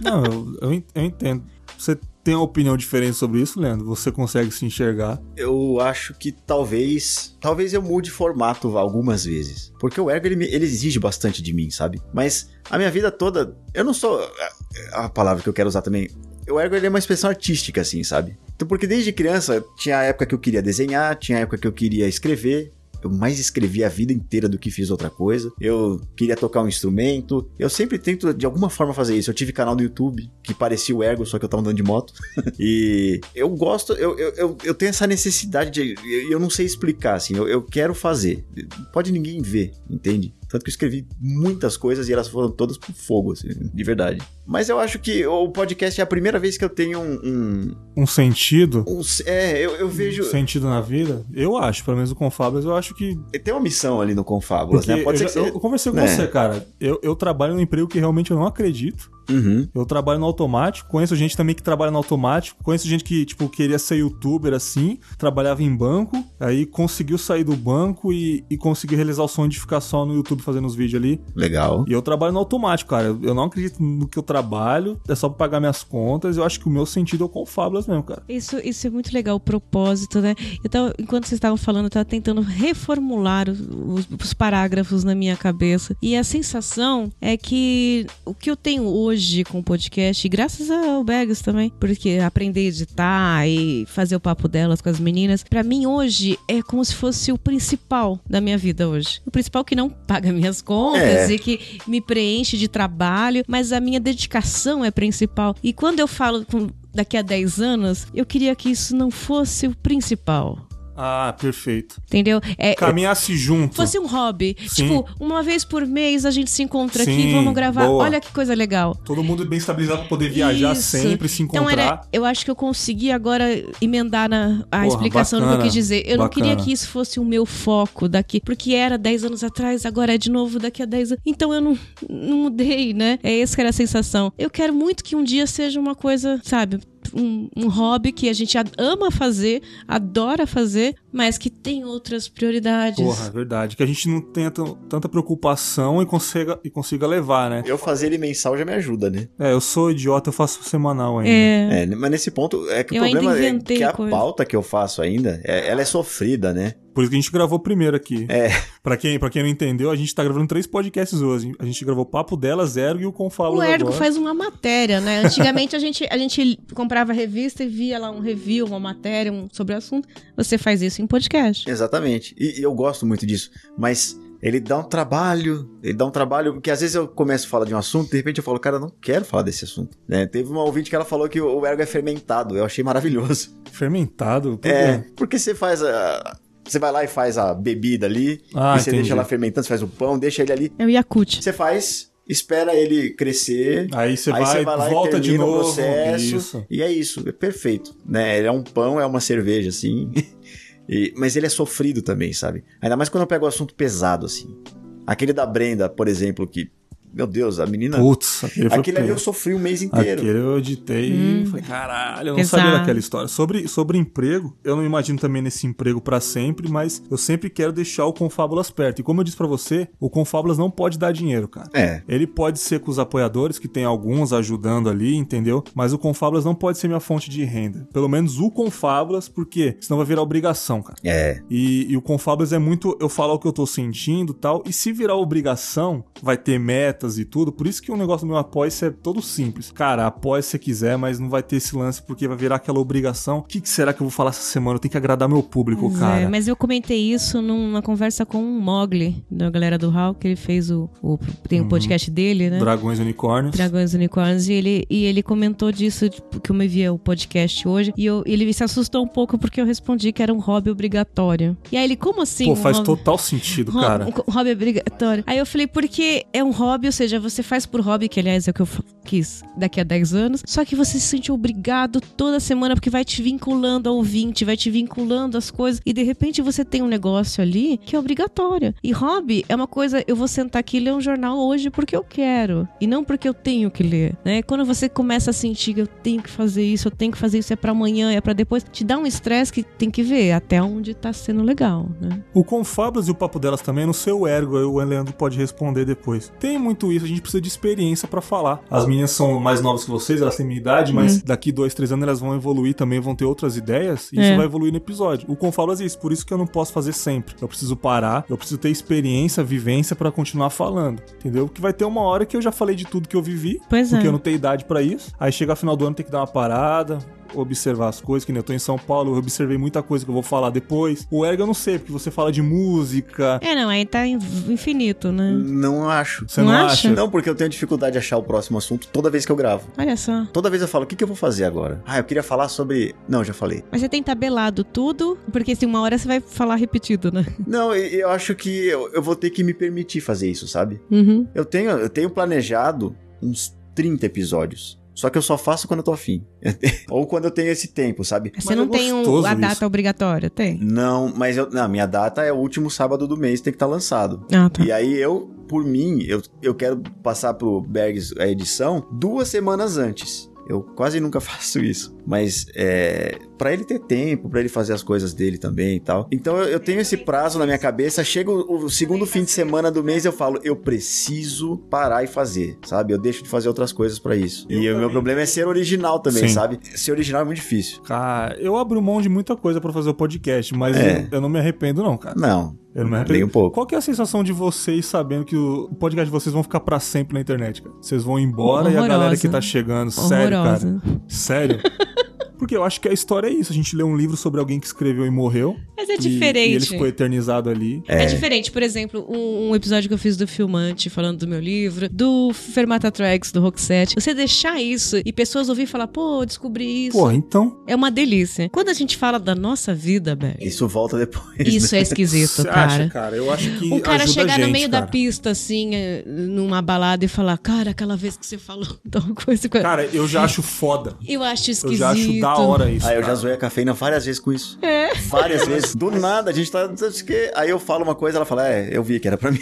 Speaker 2: Não, eu, eu en- eu entendo. Você tem uma opinião diferente sobre isso, Leandro? Você consegue se enxergar?
Speaker 3: Eu acho que talvez. Talvez eu mude formato algumas vezes. Porque o Ergo ele, me- ele exige bastante de mim, sabe? Mas a minha vida toda. Eu não sou. é, A, a palavra que eu quero usar também. O Ergo ele é uma expressão artística, assim, sabe? Então, porque desde criança tinha a época que eu queria desenhar, tinha a época que eu queria escrever. Eu mais escrevi a vida inteira do que fiz outra coisa. Eu queria tocar um instrumento. Eu sempre tento, de alguma forma, fazer isso. Eu tive canal do YouTube que parecia o Ergo, só que eu tava andando de moto. E eu gosto, eu, eu, eu, eu tenho essa necessidade de. Eu, eu não sei explicar, assim, eu, eu quero fazer. Pode ninguém ver, entende? Tanto que eu escrevi muitas coisas e elas foram todas pro fogo, assim, de verdade. Mas eu acho que o podcast é a primeira vez que eu tenho um.
Speaker 2: Um sentido?
Speaker 3: um- um- é, eu, eu vejo.
Speaker 2: Sentido na vida? Eu acho, pelo menos o Confabras, eu acho que.
Speaker 3: Tem uma missão ali no Confábulas,
Speaker 2: Porque
Speaker 3: né? Pode
Speaker 2: eu,
Speaker 3: ser
Speaker 2: já-
Speaker 3: que
Speaker 2: eu
Speaker 3: você.
Speaker 2: conversei com
Speaker 3: né?
Speaker 2: você, cara. Eu, eu trabalho num emprego que realmente eu não acredito.
Speaker 3: Uhum.
Speaker 2: Eu trabalho no automático, conheço gente também que trabalha no automático, conheço gente que, tipo, queria ser youtuber assim, trabalhava em banco, aí conseguiu sair do banco e, e conseguiu realizar o sonho de ficar só no YouTube fazendo os vídeos ali.
Speaker 3: Legal.
Speaker 2: E eu trabalho no automático, cara. Eu não acredito no que eu trabalho, é só pra pagar minhas contas. Eu acho que o meu sentido é o Confablas mesmo, cara.
Speaker 4: Isso, isso é muito legal, o propósito, né? Eu tava, enquanto vocês estavam falando, eu tava tentando reformular os, os- os parágrafos na minha cabeça. E a sensação é que o que eu tenho hoje com o podcast, e graças ao Begas também, porque aprender a editar e fazer o papo delas com as meninas, pra mim hoje é como se fosse o principal da minha vida hoje. O principal que não paga minhas contas
Speaker 3: É.
Speaker 4: e que me preenche de trabalho, mas a minha dedicação é principal. E quando eu falo com- daqui a 10 anos, eu queria que isso não fosse o principal.
Speaker 2: Ah, perfeito.
Speaker 4: Entendeu? É,
Speaker 2: Caminhar-se junto.
Speaker 4: fosse um hobby.
Speaker 2: Sim.
Speaker 4: Tipo, uma vez por mês a gente se encontra aqui,
Speaker 2: Sim,
Speaker 4: vamos gravar.
Speaker 2: boa.
Speaker 4: Olha que coisa legal.
Speaker 2: Todo mundo bem estabilizado pra poder viajar
Speaker 4: Isso.
Speaker 2: sempre, se
Speaker 4: Então
Speaker 2: encontrar.
Speaker 4: era, eu acho que eu consegui agora emendar na, a
Speaker 2: Porra,
Speaker 4: explicação do que eu
Speaker 2: bacana,
Speaker 4: quis dizer. Eu não
Speaker 2: bacana.
Speaker 4: queria que isso fosse o meu foco daqui, porque era 10 anos atrás, agora é de novo daqui a 10 anos. Então eu não, não mudei, né? É essa que era a sensação. Eu quero muito que um dia seja uma coisa, sabe, um, um hobby que a gente ad- ama fazer, adora fazer, mas que tem outras prioridades.
Speaker 2: Porra, é verdade. Que a gente não tenha tão- tanta preocupação e consiga, e consiga levar, né?
Speaker 3: Eu fazer ele mensal já me ajuda, né?
Speaker 2: É, eu sou idiota, eu faço semanal ainda.
Speaker 4: É.
Speaker 3: É, mas nesse ponto é que
Speaker 4: Eu
Speaker 3: o
Speaker 4: ainda
Speaker 3: problema é
Speaker 4: inventei
Speaker 3: que a
Speaker 4: coisa.
Speaker 3: pauta que eu faço ainda, é- ela é sofrida, né?
Speaker 2: Por isso que a gente gravou primeiro aqui.
Speaker 3: É.
Speaker 2: Pra quem, pra quem não entendeu, a gente tá gravando três podcasts hoje. A gente gravou Papo Dela, Zero e o Confalo
Speaker 4: O Ergo
Speaker 2: agora.
Speaker 4: faz uma matéria, né? Antigamente a gente, a gente comprava revista e via lá um review, uma matéria um, sobre o assunto. Você faz isso em podcast.
Speaker 3: Exatamente. E, e eu gosto muito disso. Mas ele dá um trabalho. Ele dá um trabalho. Porque às vezes eu começo a falar de um assunto, de repente eu falo, cara, eu não quero falar desse assunto. né? Teve uma ouvinte que ela falou que o ergo é fermentado. Eu achei maravilhoso.
Speaker 2: Fermentado? por
Speaker 3: É,
Speaker 2: quê?
Speaker 3: porque você faz a. Você vai lá e faz a bebida ali.
Speaker 2: Ah,
Speaker 3: e você
Speaker 2: entendi.
Speaker 3: deixa ela fermentando, você faz o pão, deixa ele ali.
Speaker 4: É o Yakut.
Speaker 3: Você faz, espera ele crescer.
Speaker 2: Aí você
Speaker 3: aí
Speaker 2: vai,
Speaker 3: você vai lá
Speaker 2: volta
Speaker 3: e
Speaker 2: de
Speaker 3: termina
Speaker 2: novo.
Speaker 3: o processo.
Speaker 2: Isso.
Speaker 3: E é isso, é perfeito. Né? Ele é um pão, é uma cerveja, assim. E- mas ele é sofrido também, sabe? Ainda mais quando eu pego o assunto pesado, assim. Aquele da Brenda, por exemplo, que. Meu Deus, a menina.
Speaker 2: Putz, aquele foi
Speaker 3: aquele ali eu
Speaker 2: tenso.
Speaker 3: sofri o mês inteiro.
Speaker 2: Aquele eu editei e
Speaker 4: Hum.
Speaker 2: falei, caralho, eu não
Speaker 4: Pesado.
Speaker 2: sabia daquela história. Sobre, sobre emprego, eu não imagino também nesse emprego pra sempre, mas eu sempre quero deixar o Confábulas perto. E como eu disse pra você, o Confábulas não pode dar dinheiro, cara.
Speaker 3: É.
Speaker 2: Ele pode ser com os apoiadores, que tem alguns ajudando ali, entendeu? Mas o Confábulas não pode ser minha fonte de renda. Pelo menos o Confábulas, porque senão vai virar obrigação, cara.
Speaker 3: É.
Speaker 2: E, e o Confabras é muito eu falar o que eu tô sentindo e tal. E se virar obrigação, vai ter metas e tudo. Por isso que o negócio do meu apoia é todo simples. Cara, apoia se você quiser, mas não vai ter esse lance porque vai virar aquela obrigação. O que, que será que eu vou falar essa semana? Eu tenho que agradar meu público,
Speaker 4: Pois
Speaker 2: cara.
Speaker 4: é, mas eu comentei isso numa conversa com o Mogli, da galera do Hulk, que ele fez o, o- tem o
Speaker 2: Uhum.
Speaker 4: podcast dele, né?
Speaker 2: Dragões e unicórnios.
Speaker 4: Dragões e Unicorns, e ele, e ele comentou disso, tipo, que eu me via o podcast hoje, e eu- ele se assustou um pouco porque eu respondi que era um hobby obrigatório. E aí ele, como assim?
Speaker 2: Pô,
Speaker 4: um
Speaker 2: faz
Speaker 4: hobby-
Speaker 2: total sentido,
Speaker 4: Hob-
Speaker 2: cara.
Speaker 4: um co- hobby obrigatório. Aí eu falei, porque é um hobby, ou seja, você faz por hobby, que aliás é o que eu f- quis daqui a 10 anos, só que você se sente obrigado toda semana, porque vai te vinculando ao ouvinte, vai te vinculando às coisas, e de repente você tem um negócio ali que é obrigatório. E hobby é uma coisa, eu vou sentar aqui e ler um jornal hoje porque eu quero, e não porque eu tenho que ler, né? Quando você começa a sentir, eu tenho que fazer isso, eu tenho que fazer isso, é pra amanhã, é pra depois, te dá um estresse que tem que ver até onde tá sendo legal, né?
Speaker 2: O Confabras e o papo delas também, é no seu ergo, aí o Leandro pode responder depois. Tem muito isso, a gente precisa de experiência pra falar. As meninas são mais novas que vocês, elas têm minha idade, mas daqui dois, três anos elas vão evoluir também, vão ter outras ideias, e
Speaker 4: É.
Speaker 2: isso vai evoluir no episódio. O Confabras é isso, por isso que eu não posso fazer sempre. Eu preciso parar, eu preciso ter experiência, vivência pra continuar falando, entendeu? Que vai ter uma hora que eu já falei de tudo que eu vivi,
Speaker 4: Pois é.
Speaker 2: porque eu não tenho idade pra isso. Aí chega final do ano, tem que dar uma parada, observar as coisas, que nem eu tô em São Paulo, eu observei muita coisa que eu vou falar depois. O ergo eu não sei, porque você fala de música,
Speaker 4: É, não, aí tá in- infinito,
Speaker 2: Hum.
Speaker 4: né?
Speaker 3: Não acho.
Speaker 2: você
Speaker 4: Não
Speaker 2: não,
Speaker 4: acha?
Speaker 2: acha?
Speaker 3: Não, porque eu tenho dificuldade de achar o próximo assunto toda vez que eu gravo.
Speaker 4: Olha só.
Speaker 3: Toda vez eu falo, o que, que eu vou fazer agora? Ah, eu queria falar sobre. Não, já falei.
Speaker 4: Mas você tem tabelado tudo, porque assim, uma hora você vai falar repetido, né?
Speaker 3: Não, e- eu acho que eu, eu vou ter que me permitir fazer isso, sabe?
Speaker 4: Uhum.
Speaker 3: Eu tenho, eu tenho planejado uns 30 episódios. Só que eu só faço quando eu tô afim. Ou quando eu tenho esse tempo, sabe?
Speaker 4: Você
Speaker 2: Mas
Speaker 4: não
Speaker 2: é
Speaker 4: tem um,
Speaker 2: gostoso
Speaker 4: a
Speaker 2: isso.
Speaker 4: data obrigatória, tem?
Speaker 3: Não, mas eu. Não, minha data é o último sábado do mês, tem que estar lançado.
Speaker 4: Ah, tá.
Speaker 3: E aí eu, por mim, eu, eu quero passar pro Bergs a edição duas semanas antes. Eu quase nunca faço isso. Mas é. Pra ele ter tempo, pra ele fazer as coisas dele também e tal. Então eu, eu tenho esse prazo na minha cabeça. Chega o, o segundo fim de semana do mês, eu falo, eu preciso parar e fazer, sabe? Eu deixo de fazer outras coisas pra isso.
Speaker 2: Eu
Speaker 3: e o
Speaker 2: também.
Speaker 3: meu problema é ser original também,
Speaker 2: Sim.
Speaker 3: sabe? Ser original é muito difícil.
Speaker 2: Cara, eu abro mão de muita coisa pra fazer o podcast, mas
Speaker 3: É.
Speaker 2: eu, eu não me arrependo não, cara.
Speaker 3: Não.
Speaker 2: Eu não me
Speaker 3: Nem
Speaker 2: arrependo.
Speaker 3: um pouco.
Speaker 2: Qual que é a sensação de vocês sabendo que o o podcast de vocês vão ficar pra sempre na internet, cara? Vocês vão embora e a
Speaker 4: Horrorosa.
Speaker 2: galera que tá chegando, sério, cara.
Speaker 4: Horrorosa.
Speaker 2: Sério? Porque eu acho que a história é isso. A gente lê um livro sobre alguém que escreveu e morreu.
Speaker 4: Mas é
Speaker 2: e- E ele
Speaker 4: diferente.
Speaker 2: ficou eternizado ali.
Speaker 4: É. diferente, por exemplo, um, um episódio que eu fiz do Filmante, falando do meu livro, do Fermatatrax, do Roxette. Você deixar isso e pessoas ouvir falar, pô, eu descobri isso,
Speaker 2: Porra, então.
Speaker 4: é uma delícia. Quando a gente fala da nossa vida, Berg,
Speaker 3: Isso volta depois.
Speaker 4: isso é esquisito,
Speaker 2: Você
Speaker 4: cara.
Speaker 2: acha, cara? Eu acho que.
Speaker 4: O cara
Speaker 2: ajuda
Speaker 4: chegar
Speaker 2: a gente,
Speaker 4: no meio
Speaker 2: cara.
Speaker 4: da pista, assim, eh, numa balada e falar, cara, aquela vez que você falou tal coisa. é?"
Speaker 2: Cara, eu já acho foda.
Speaker 4: eu acho esquisito.
Speaker 2: Eu já acho da na hora isso.
Speaker 3: Aí Ah, eu
Speaker 2: cara.
Speaker 3: já zoei a cafeína várias vezes com isso.
Speaker 4: É.
Speaker 3: Várias vezes. Do nada, a gente tá. não sei o quê. Aí eu falo uma coisa, ela fala, é, eu vi que era pra mim.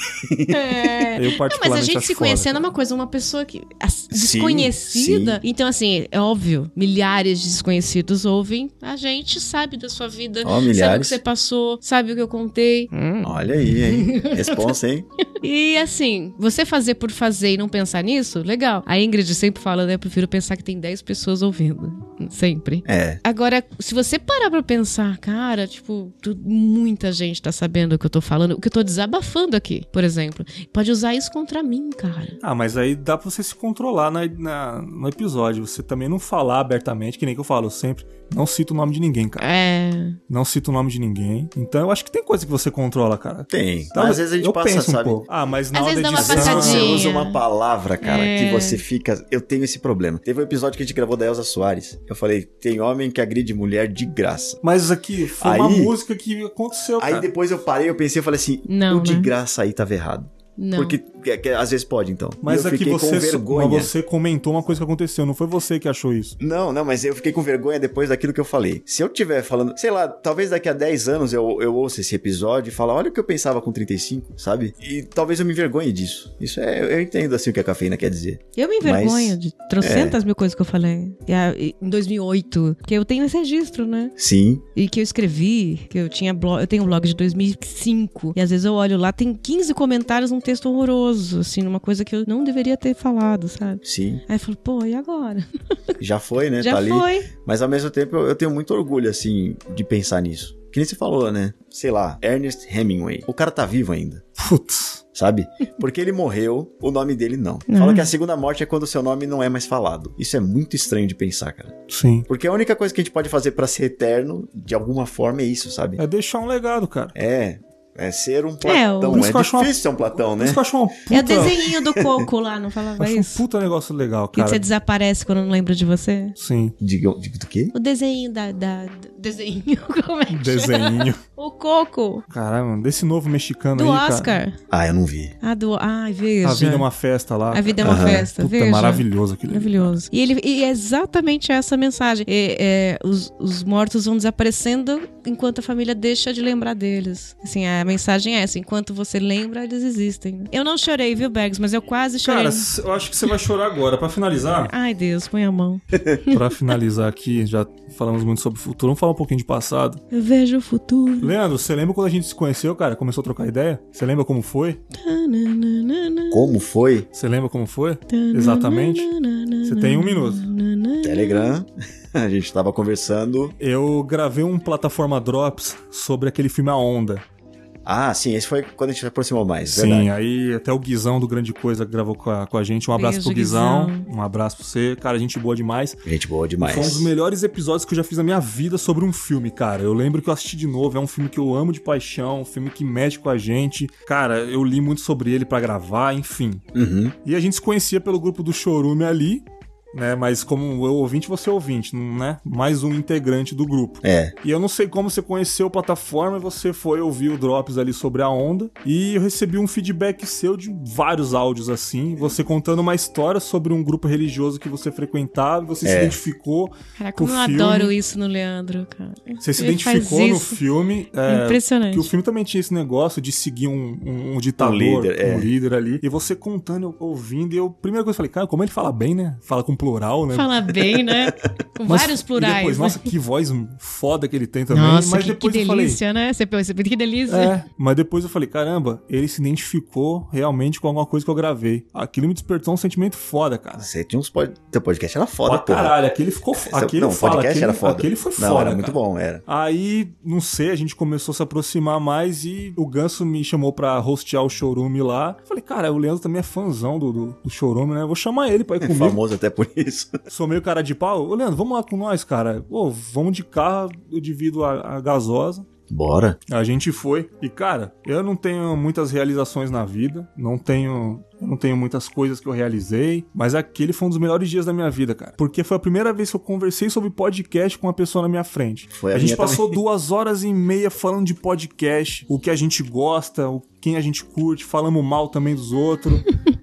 Speaker 4: É.
Speaker 2: Eu
Speaker 4: Não, mas
Speaker 2: particularmente
Speaker 4: a gente
Speaker 2: acho
Speaker 4: se
Speaker 2: tipo, foda,
Speaker 4: conhecendo é
Speaker 2: cara.
Speaker 4: uma coisa, uma pessoa que as- desconhecida.
Speaker 3: sim.
Speaker 4: Então, assim, é óbvio, milhares de desconhecidos ouvem. A gente sabe da sua vida,
Speaker 3: Ó,
Speaker 4: sabe o que
Speaker 3: milhares.
Speaker 4: você passou, sabe o que eu contei.
Speaker 2: Hum.
Speaker 3: Olha aí, hein? Responsa, hein?
Speaker 4: E assim, você fazer por fazer e não pensar nisso, legal. A Ingrid sempre fala, né? Eu prefiro pensar que tem 10 pessoas ouvindo. Sempre.
Speaker 3: É.
Speaker 4: Agora, se você parar pra pensar, cara, tipo, tu- muita gente tá sabendo o que eu tô falando, o que eu tô desabafando aqui, por exemplo. Pode usar isso contra mim, cara.
Speaker 2: Ah, mas aí dá pra você se controlar na, na- no episódio. Você também não falar abertamente, que nem que eu falo eu sempre. Não cito o nome de ninguém, cara.
Speaker 4: É.
Speaker 2: Não cito o nome de ninguém. Então eu acho que tem coisa que você controla, cara.
Speaker 3: Tem.
Speaker 2: Tá,
Speaker 3: Mas às vezes a gente
Speaker 2: eu
Speaker 3: passa,
Speaker 2: penso
Speaker 3: sabe?
Speaker 2: Um pouco. Ah, mas na
Speaker 4: Às
Speaker 2: hora
Speaker 4: vezes
Speaker 2: da
Speaker 4: dá uma
Speaker 2: edição...
Speaker 3: Quando você
Speaker 4: passadinha.
Speaker 3: usa uma palavra, cara,
Speaker 4: É.
Speaker 3: que você fica. Eu tenho esse problema. Teve um episódio que a gente gravou da Elza Soares. Eu falei: tem homem que agride mulher de graça.
Speaker 2: Mas aqui foi uma
Speaker 3: Aí-
Speaker 2: música que aconteceu,
Speaker 3: Aí
Speaker 2: cara.
Speaker 3: depois eu parei, eu pensei, eu falei assim:
Speaker 4: Não,
Speaker 3: o de
Speaker 4: né?
Speaker 3: graça aí tava errado.
Speaker 4: Não.
Speaker 3: Porque é, que- que às vezes pode, então. E
Speaker 2: Mas
Speaker 3: eu
Speaker 2: aqui
Speaker 3: fiquei
Speaker 2: você,
Speaker 3: com
Speaker 2: mas
Speaker 3: vergonha.
Speaker 2: você comentou uma coisa que aconteceu, não foi você que achou isso.
Speaker 3: Não, não, mas eu fiquei com vergonha depois daquilo que eu falei. Se eu tiver falando, sei lá, talvez daqui a 10 anos eu, eu ouça esse episódio e fala, olha o que eu pensava com 35, sabe? E talvez eu me envergonhe disso. Isso é, eu entendo assim o que a cafeína quer dizer.
Speaker 4: Eu me envergonho de trocentas
Speaker 3: é.
Speaker 4: mil coisas que eu falei E a- e- em 2008, porque eu tenho esse registro, né?
Speaker 3: Sim,
Speaker 4: E que eu escrevi, que eu tinha blog, eu tenho um blog de 2005, e às vezes eu olho lá, tem 15 comentários num texto horroroso, assim, numa coisa que eu não deveria ter falado, sabe?
Speaker 3: sim.
Speaker 4: Aí eu falo, pô, e agora?
Speaker 3: Já foi, né?
Speaker 4: Já
Speaker 3: tá ali.
Speaker 4: foi.
Speaker 3: Mas ao mesmo tempo eu, eu tenho muito orgulho, assim, de pensar nisso. Que nem você falou, né? Sei lá, Ernest Hemingway. O cara tá vivo ainda.
Speaker 2: Putz.
Speaker 3: Sabe? Porque ele morreu, o nome dele não.
Speaker 4: Não.
Speaker 3: Fala que a segunda morte é quando o seu nome não é mais falado. Isso é muito estranho de pensar, cara.
Speaker 2: Sim.
Speaker 3: Porque a única coisa que a gente pode fazer pra ser eterno, de alguma forma, é isso, sabe?
Speaker 2: É deixar um legado, cara.
Speaker 3: É. É ser um Platão.
Speaker 2: Por
Speaker 3: É,
Speaker 2: isso que eu acho
Speaker 3: difícil
Speaker 2: uma-
Speaker 3: ser um Platão,
Speaker 2: Por
Speaker 3: né?
Speaker 2: isso que eu acho uma puta...
Speaker 4: É o desenhinho do coco lá, não
Speaker 2: eu
Speaker 4: falava
Speaker 2: acho um
Speaker 4: isso?
Speaker 2: puta negócio legal,
Speaker 4: Que
Speaker 2: cara.
Speaker 4: você desaparece quando não lembra de você?
Speaker 2: Sim.
Speaker 3: Diga, diga do quê?
Speaker 4: O desenho da. da- da- desenhinho, como é que chama?
Speaker 2: Desenhinho.
Speaker 4: O coco
Speaker 2: Caralho, mano, desse novo mexicano
Speaker 4: do
Speaker 2: aí, cara.
Speaker 4: Oscar.
Speaker 3: Ah, eu não vi.
Speaker 4: Ah, do. Ai, veja.
Speaker 2: A vida é uma festa lá.
Speaker 4: A vida é uma
Speaker 2: cara.
Speaker 4: festa,
Speaker 2: Puta,
Speaker 4: veja.
Speaker 2: maravilhoso aquele.
Speaker 4: Maravilhoso. E, ele, e é exatamente essa a mensagem. É, é, os, os mortos vão desaparecendo enquanto a família deixa de lembrar deles. Assim, a mensagem é essa. Enquanto você lembra, eles existem. né? Eu não chorei, viu, Bergs? Mas eu quase chorei.
Speaker 2: Cara, c- eu acho que você vai chorar agora. Pra finalizar,
Speaker 4: Ai, Deus, põe a mão.
Speaker 2: pra finalizar aqui, já falamos muito sobre o futuro, vamos falar um pouquinho de passado.
Speaker 4: Eu vejo o futuro.
Speaker 2: Leandro, você lembra quando a gente se conheceu, cara? Começou a trocar ideia? Você lembra como foi?
Speaker 4: Tananana,
Speaker 3: Como foi?
Speaker 2: Você lembra como foi?
Speaker 4: tananana,
Speaker 2: Exatamente. Você tem um minuto.
Speaker 4: nananana.
Speaker 3: Telegram. A gente tava conversando.
Speaker 2: Eu gravei um plataforma Drops sobre aquele filme A Onda.
Speaker 3: Ah, sim, esse foi quando a gente se aproximou mais.
Speaker 2: Sim,
Speaker 3: É Verdade.
Speaker 2: aí até o Guizão do Grande Coisa gravou com a, com a gente. Um abraço
Speaker 4: Beijo,
Speaker 2: pro Guizão.
Speaker 4: Guizão.
Speaker 2: Um abraço pra você. Cara, gente boa demais.
Speaker 3: Gente boa demais.
Speaker 2: Foi um dos melhores episódios que eu já fiz na minha vida sobre um filme, cara. Eu lembro que eu assisti de novo, é um filme que eu amo de paixão, um filme que mexe com a gente. Cara, eu li muito sobre ele pra gravar, enfim.
Speaker 3: Uhum.
Speaker 2: E a gente se conhecia pelo grupo do Chorume ali, né? Mas como eu ouvinte, você é ouvinte, né? Mais um integrante do grupo.
Speaker 3: É.
Speaker 2: E eu não sei como você conheceu a plataforma e você foi ouvir o Drops ali sobre a onda. E eu recebi um feedback seu de vários áudios assim, você contando uma história sobre um grupo religioso que você frequentava, você se
Speaker 3: É.
Speaker 2: identificou.
Speaker 4: Caraca,
Speaker 2: com
Speaker 4: como eu
Speaker 2: filme.
Speaker 4: adoro isso no Leandro, cara.
Speaker 2: Você se
Speaker 4: Ele
Speaker 2: identificou
Speaker 4: faz
Speaker 2: no
Speaker 4: isso.
Speaker 2: filme. é,
Speaker 4: Impressionante.
Speaker 2: que o filme também tinha esse negócio de seguir um, um- um ditador, um líder,
Speaker 3: líder, é.
Speaker 2: ali. E você contando, eu ouvindo, e eu, primeira coisa, eu falei, cara, como ele fala bem, né? Fala com plural, né?
Speaker 4: Fala bem, né? Com
Speaker 2: Mas-
Speaker 4: vários
Speaker 2: e
Speaker 4: plurais.
Speaker 2: depois,
Speaker 4: né?
Speaker 2: nossa, que voz foda que ele tem também.
Speaker 4: Nossa,
Speaker 2: mas
Speaker 4: que,
Speaker 2: depois
Speaker 4: que
Speaker 2: eu falei,
Speaker 4: delícia, né? Você pensa, que delícia.
Speaker 2: É, mas depois eu falei, caramba, ele se identificou realmente com alguma coisa que eu gravei. Aquilo me despertou um sentimento foda, cara.
Speaker 3: Você tinha uns pod... Teu podcast era
Speaker 2: Pra
Speaker 3: foda, porra.
Speaker 2: caralho, aquele ficou
Speaker 3: Esse-
Speaker 2: aquele
Speaker 3: não, o
Speaker 2: fala,
Speaker 3: podcast
Speaker 2: aquele,
Speaker 3: era foda.
Speaker 2: aquele foi
Speaker 3: não,
Speaker 2: foda,
Speaker 3: era muito
Speaker 2: cara.
Speaker 3: bom, era.
Speaker 2: Aí, não sei, a gente começou a se aproximar mais e o Ganso me chamou pra hostear o showroom lá. Falei, cara, o Leandro também é fãzão do, do, do showroom, né? Vou chamar ele pra ir comigo.
Speaker 3: É Famoso até por isso.
Speaker 2: Sou meio cara de pau. Ô, Leandro, vamos lá com nós, cara. Pô, vamos de carro, eu divido a- a gasosa.
Speaker 3: Bora.
Speaker 2: A gente foi. E, cara, eu não tenho muitas realizações na vida. Não tenho. eu Não tenho muitas coisas que eu realizei. Mas aquele foi um dos melhores dias da minha vida, cara. Porque foi a primeira vez que eu conversei sobre podcast com uma pessoa na minha frente.
Speaker 3: Foi a
Speaker 2: a gente
Speaker 3: minha
Speaker 2: passou duas horas e meia falando de podcast, o que a gente gosta, o quem a gente curte,
Speaker 3: Oh.
Speaker 2: falamos mal também dos outros,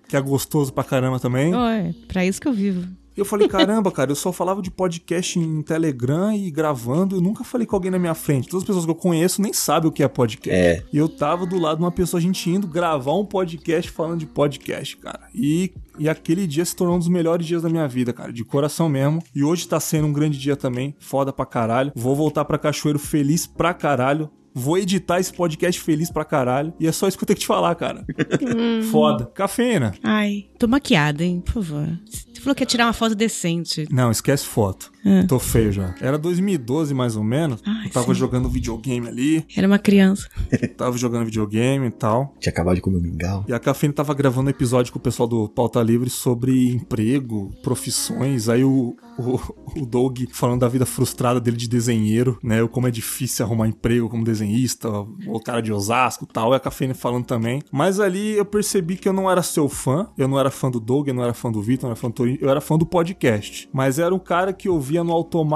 Speaker 2: que é gostoso pra caramba também.
Speaker 4: Ó, é pra isso que eu vivo.
Speaker 2: Eu falei, caramba, cara, eu só falava de podcast em Telegram e gravando, eu nunca falei com alguém na minha frente. Todas as pessoas que eu conheço nem sabem o que é podcast.
Speaker 3: É.
Speaker 2: E eu tava do lado de uma pessoa, a gente indo gravar um podcast falando de podcast, cara. E, e aquele dia se tornou um dos melhores dias da minha vida, cara, de coração mesmo. E hoje tá sendo um grande dia também, foda pra caralho. Vou voltar pra Cachoeiro feliz pra caralho. Vou editar esse podcast feliz pra caralho. E é só isso que eu tenho que te falar, cara. Foda. Cafeína.
Speaker 4: Ai, tô maquiada, hein? Por favor. Você falou que ia tirar uma foto decente.
Speaker 2: Não, esquece foto. Tô feio já. Era 2012 mais ou menos.
Speaker 4: Ai,
Speaker 2: eu tava jogando videogame ali.
Speaker 4: Era uma criança.
Speaker 2: Tava jogando videogame e tal.
Speaker 3: Tinha acabado de comer o mingau.
Speaker 2: E a Cafeína tava gravando um episódio com o pessoal do Pauta Livre sobre emprego, profissões. Aí o, o, o Doug falando da vida frustrada dele de desenheiro, né? Como é difícil arrumar emprego como desenhista, ou cara de Osasco e tal. E a Cafeína falando também. Mas ali eu percebi que eu não era seu fã. Eu não era fã do Doug, eu não era fã do Vitor, eu não era fã do Torinho. Eu era fã do podcast. Mas era um cara que ouvia no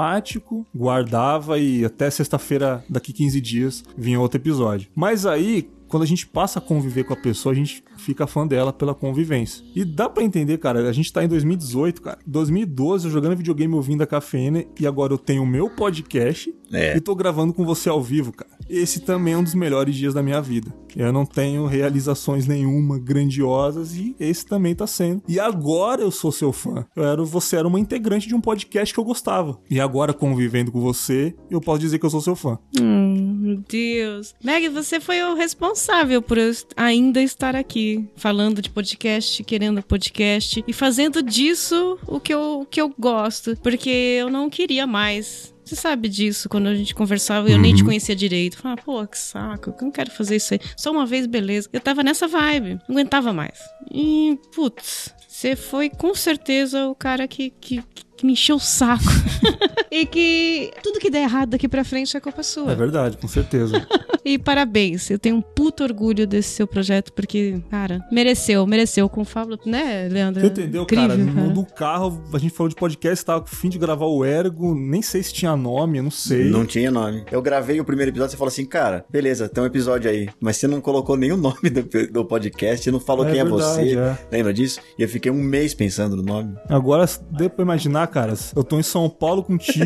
Speaker 2: automático, guardava e até sexta-feira, daqui 15 dias, vinha outro episódio. Mas aí, quando a gente passa a conviver com a pessoa, a gente fica fã dela pela convivência. E dá pra entender, cara, a gente tá em 2018, cara. 2012, eu jogando videogame ouvindo a cafeína, e agora eu tenho o meu podcast
Speaker 3: É.
Speaker 2: e tô gravando com você ao vivo, cara. Esse também é um dos melhores dias da minha vida. Eu não tenho realizações nenhuma grandiosas e esse também tá sendo. E agora eu sou seu fã. Eu era, você era uma integrante de um podcast que eu gostava. E agora, convivendo com você, eu posso dizer que eu sou seu fã.
Speaker 4: Hum, meu Deus. Meg, você foi o responsável por eu est- ainda estar aqui, falando de podcast, querendo podcast e fazendo disso o que eu, o que eu gosto, porque eu não queria mais. Você sabe disso, quando a gente conversava, eu nem te conhecia direito. Falava, pô, que saco, eu não quero fazer isso aí. Só uma vez, beleza. Eu tava nessa vibe, não aguentava mais. E, putz, você foi com certeza o cara que- que, que me encheu o saco. E que tudo que der errado daqui pra frente é culpa
Speaker 2: É
Speaker 4: sua.
Speaker 2: verdade, com certeza.
Speaker 4: E parabéns, eu tenho um puto orgulho desse seu projeto, porque, cara, mereceu, mereceu. Com o Fábio, né, Leandro?
Speaker 2: Você entendeu,
Speaker 4: Incrível,
Speaker 2: cara? No do carro, a gente falou de podcast, tava com o fim de gravar o Ergo, nem sei se tinha nome, eu não sei.
Speaker 3: Não tinha nome. Eu gravei o primeiro episódio, você falou assim, cara, beleza, tem um episódio aí, mas você não colocou nenhum nome do, do podcast, não falou
Speaker 2: É
Speaker 3: quem
Speaker 2: verdade,
Speaker 3: é você.
Speaker 2: é.
Speaker 3: Lembra disso? E eu fiquei um mês pensando no nome.
Speaker 2: Agora, deu pra imaginar, cara, eu tô em São Paulo contigo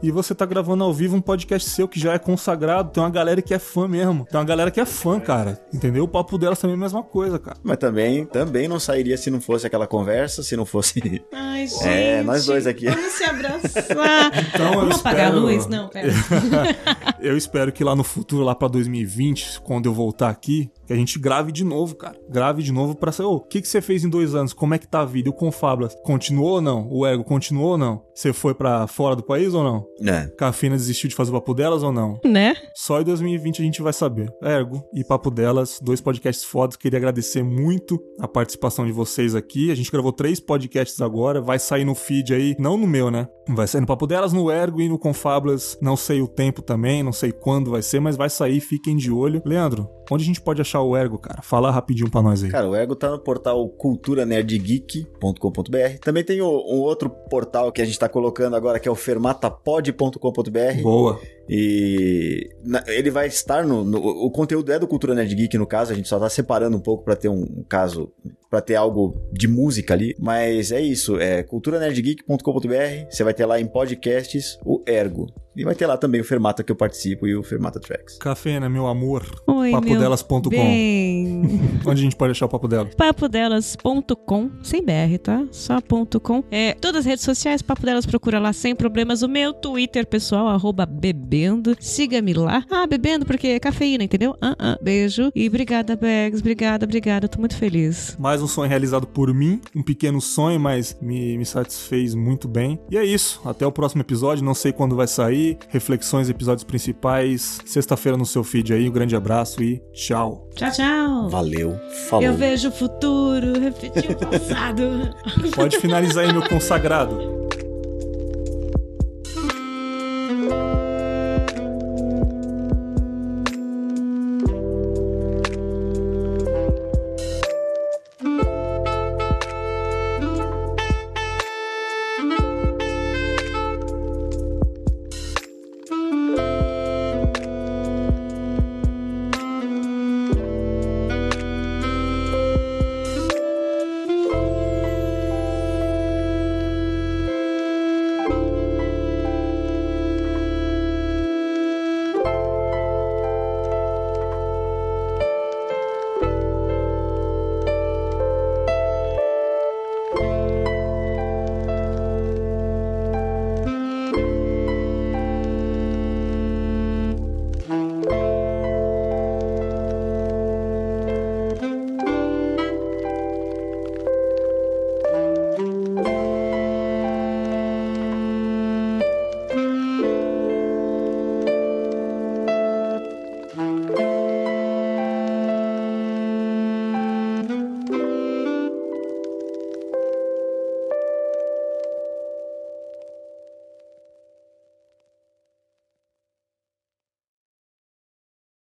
Speaker 2: e você tá gravando ao vivo um podcast seu que já é consagrado, tem uma galera que é fã mesmo. Tem uma galera que é fã, cara. Entendeu? O papo delas também é a mesma coisa, cara.
Speaker 3: Mas também, também não sairia se não fosse aquela conversa, se não fosse.
Speaker 4: Ai, gente.
Speaker 3: É, nós dois aqui.
Speaker 4: Vamos se abraçar.
Speaker 2: Então, eu
Speaker 4: Vamos apagar
Speaker 2: espero-
Speaker 4: a luz? Não, pera.
Speaker 2: Eu espero que lá no futuro, lá pra 2020, quando eu voltar aqui, que a gente grave de novo, cara. Grave de novo pra saber, ô, o que, que você fez em dois anos? Como é que tá a vida? E o Confablas, continuou ou não? O Ego, continuou ou não? Você foi pra fora do país ou não?
Speaker 3: É.
Speaker 2: Cafina desistiu de fazer o papo delas ou não?
Speaker 4: né?
Speaker 2: Só em 2020 a gente vai saber. Ergo e Papo Delas, dois podcasts fodas. Queria agradecer muito a participação de vocês aqui. A gente gravou três podcasts agora. Vai sair no feed aí, não no meu, né? Vai sair no Papo Delas, no Ergo e no Confablas. Não sei o tempo também, não sei quando vai ser, mas vai sair. Fiquem de olho. Leandro, onde a gente pode achar o Ergo, cara? Fala rapidinho pra nós aí.
Speaker 3: Cara, o Ergo tá no portal culturanerdgeek.com.br. Também tem o, um outro portal que a gente tá colocando agora, que é o fermatapod.com.br.
Speaker 2: Boa.
Speaker 3: E na- ele vai estar no, no- O conteúdo é do Cultura Nerd Geek, no caso, a gente só tá separando um pouco pra ter um, um caso. pra ter algo de música ali. Mas é isso, é culturanerdgeek.com.br. Você vai ter lá em podcasts o Ergo. E vai ter lá também o Fermata que eu participo e o Fermata Tracks.
Speaker 2: Cafena, né, meu amor.
Speaker 4: Oi, meu
Speaker 2: Papodelas.com.
Speaker 4: bem.
Speaker 2: Onde a gente pode achar o Papo Delas?
Speaker 4: papodelas.com, sem BR, tá? Só ponto .com. É, todas as redes sociais, Papo Delas procura lá sem problemas. O meu Twitter pessoal, arroba bebendo. Siga-me lá. Ah, bebendo porque é cafeína, entendeu? Ah, ah. Beijo. E obrigada, Bags. Obrigada, obrigada. Tô muito feliz.
Speaker 2: Mais um sonho realizado por mim, um pequeno sonho, mas me, me satisfez muito bem. E é isso, até o próximo episódio, não sei quando vai sair. Reflexões, episódios principais, sexta-feira no seu feed aí. Um grande abraço e tchau.
Speaker 4: Tchau, tchau.
Speaker 3: Valeu, falou.
Speaker 4: Eu vejo o futuro, repetir o passado.
Speaker 2: Pode finalizar aí, meu consagrado.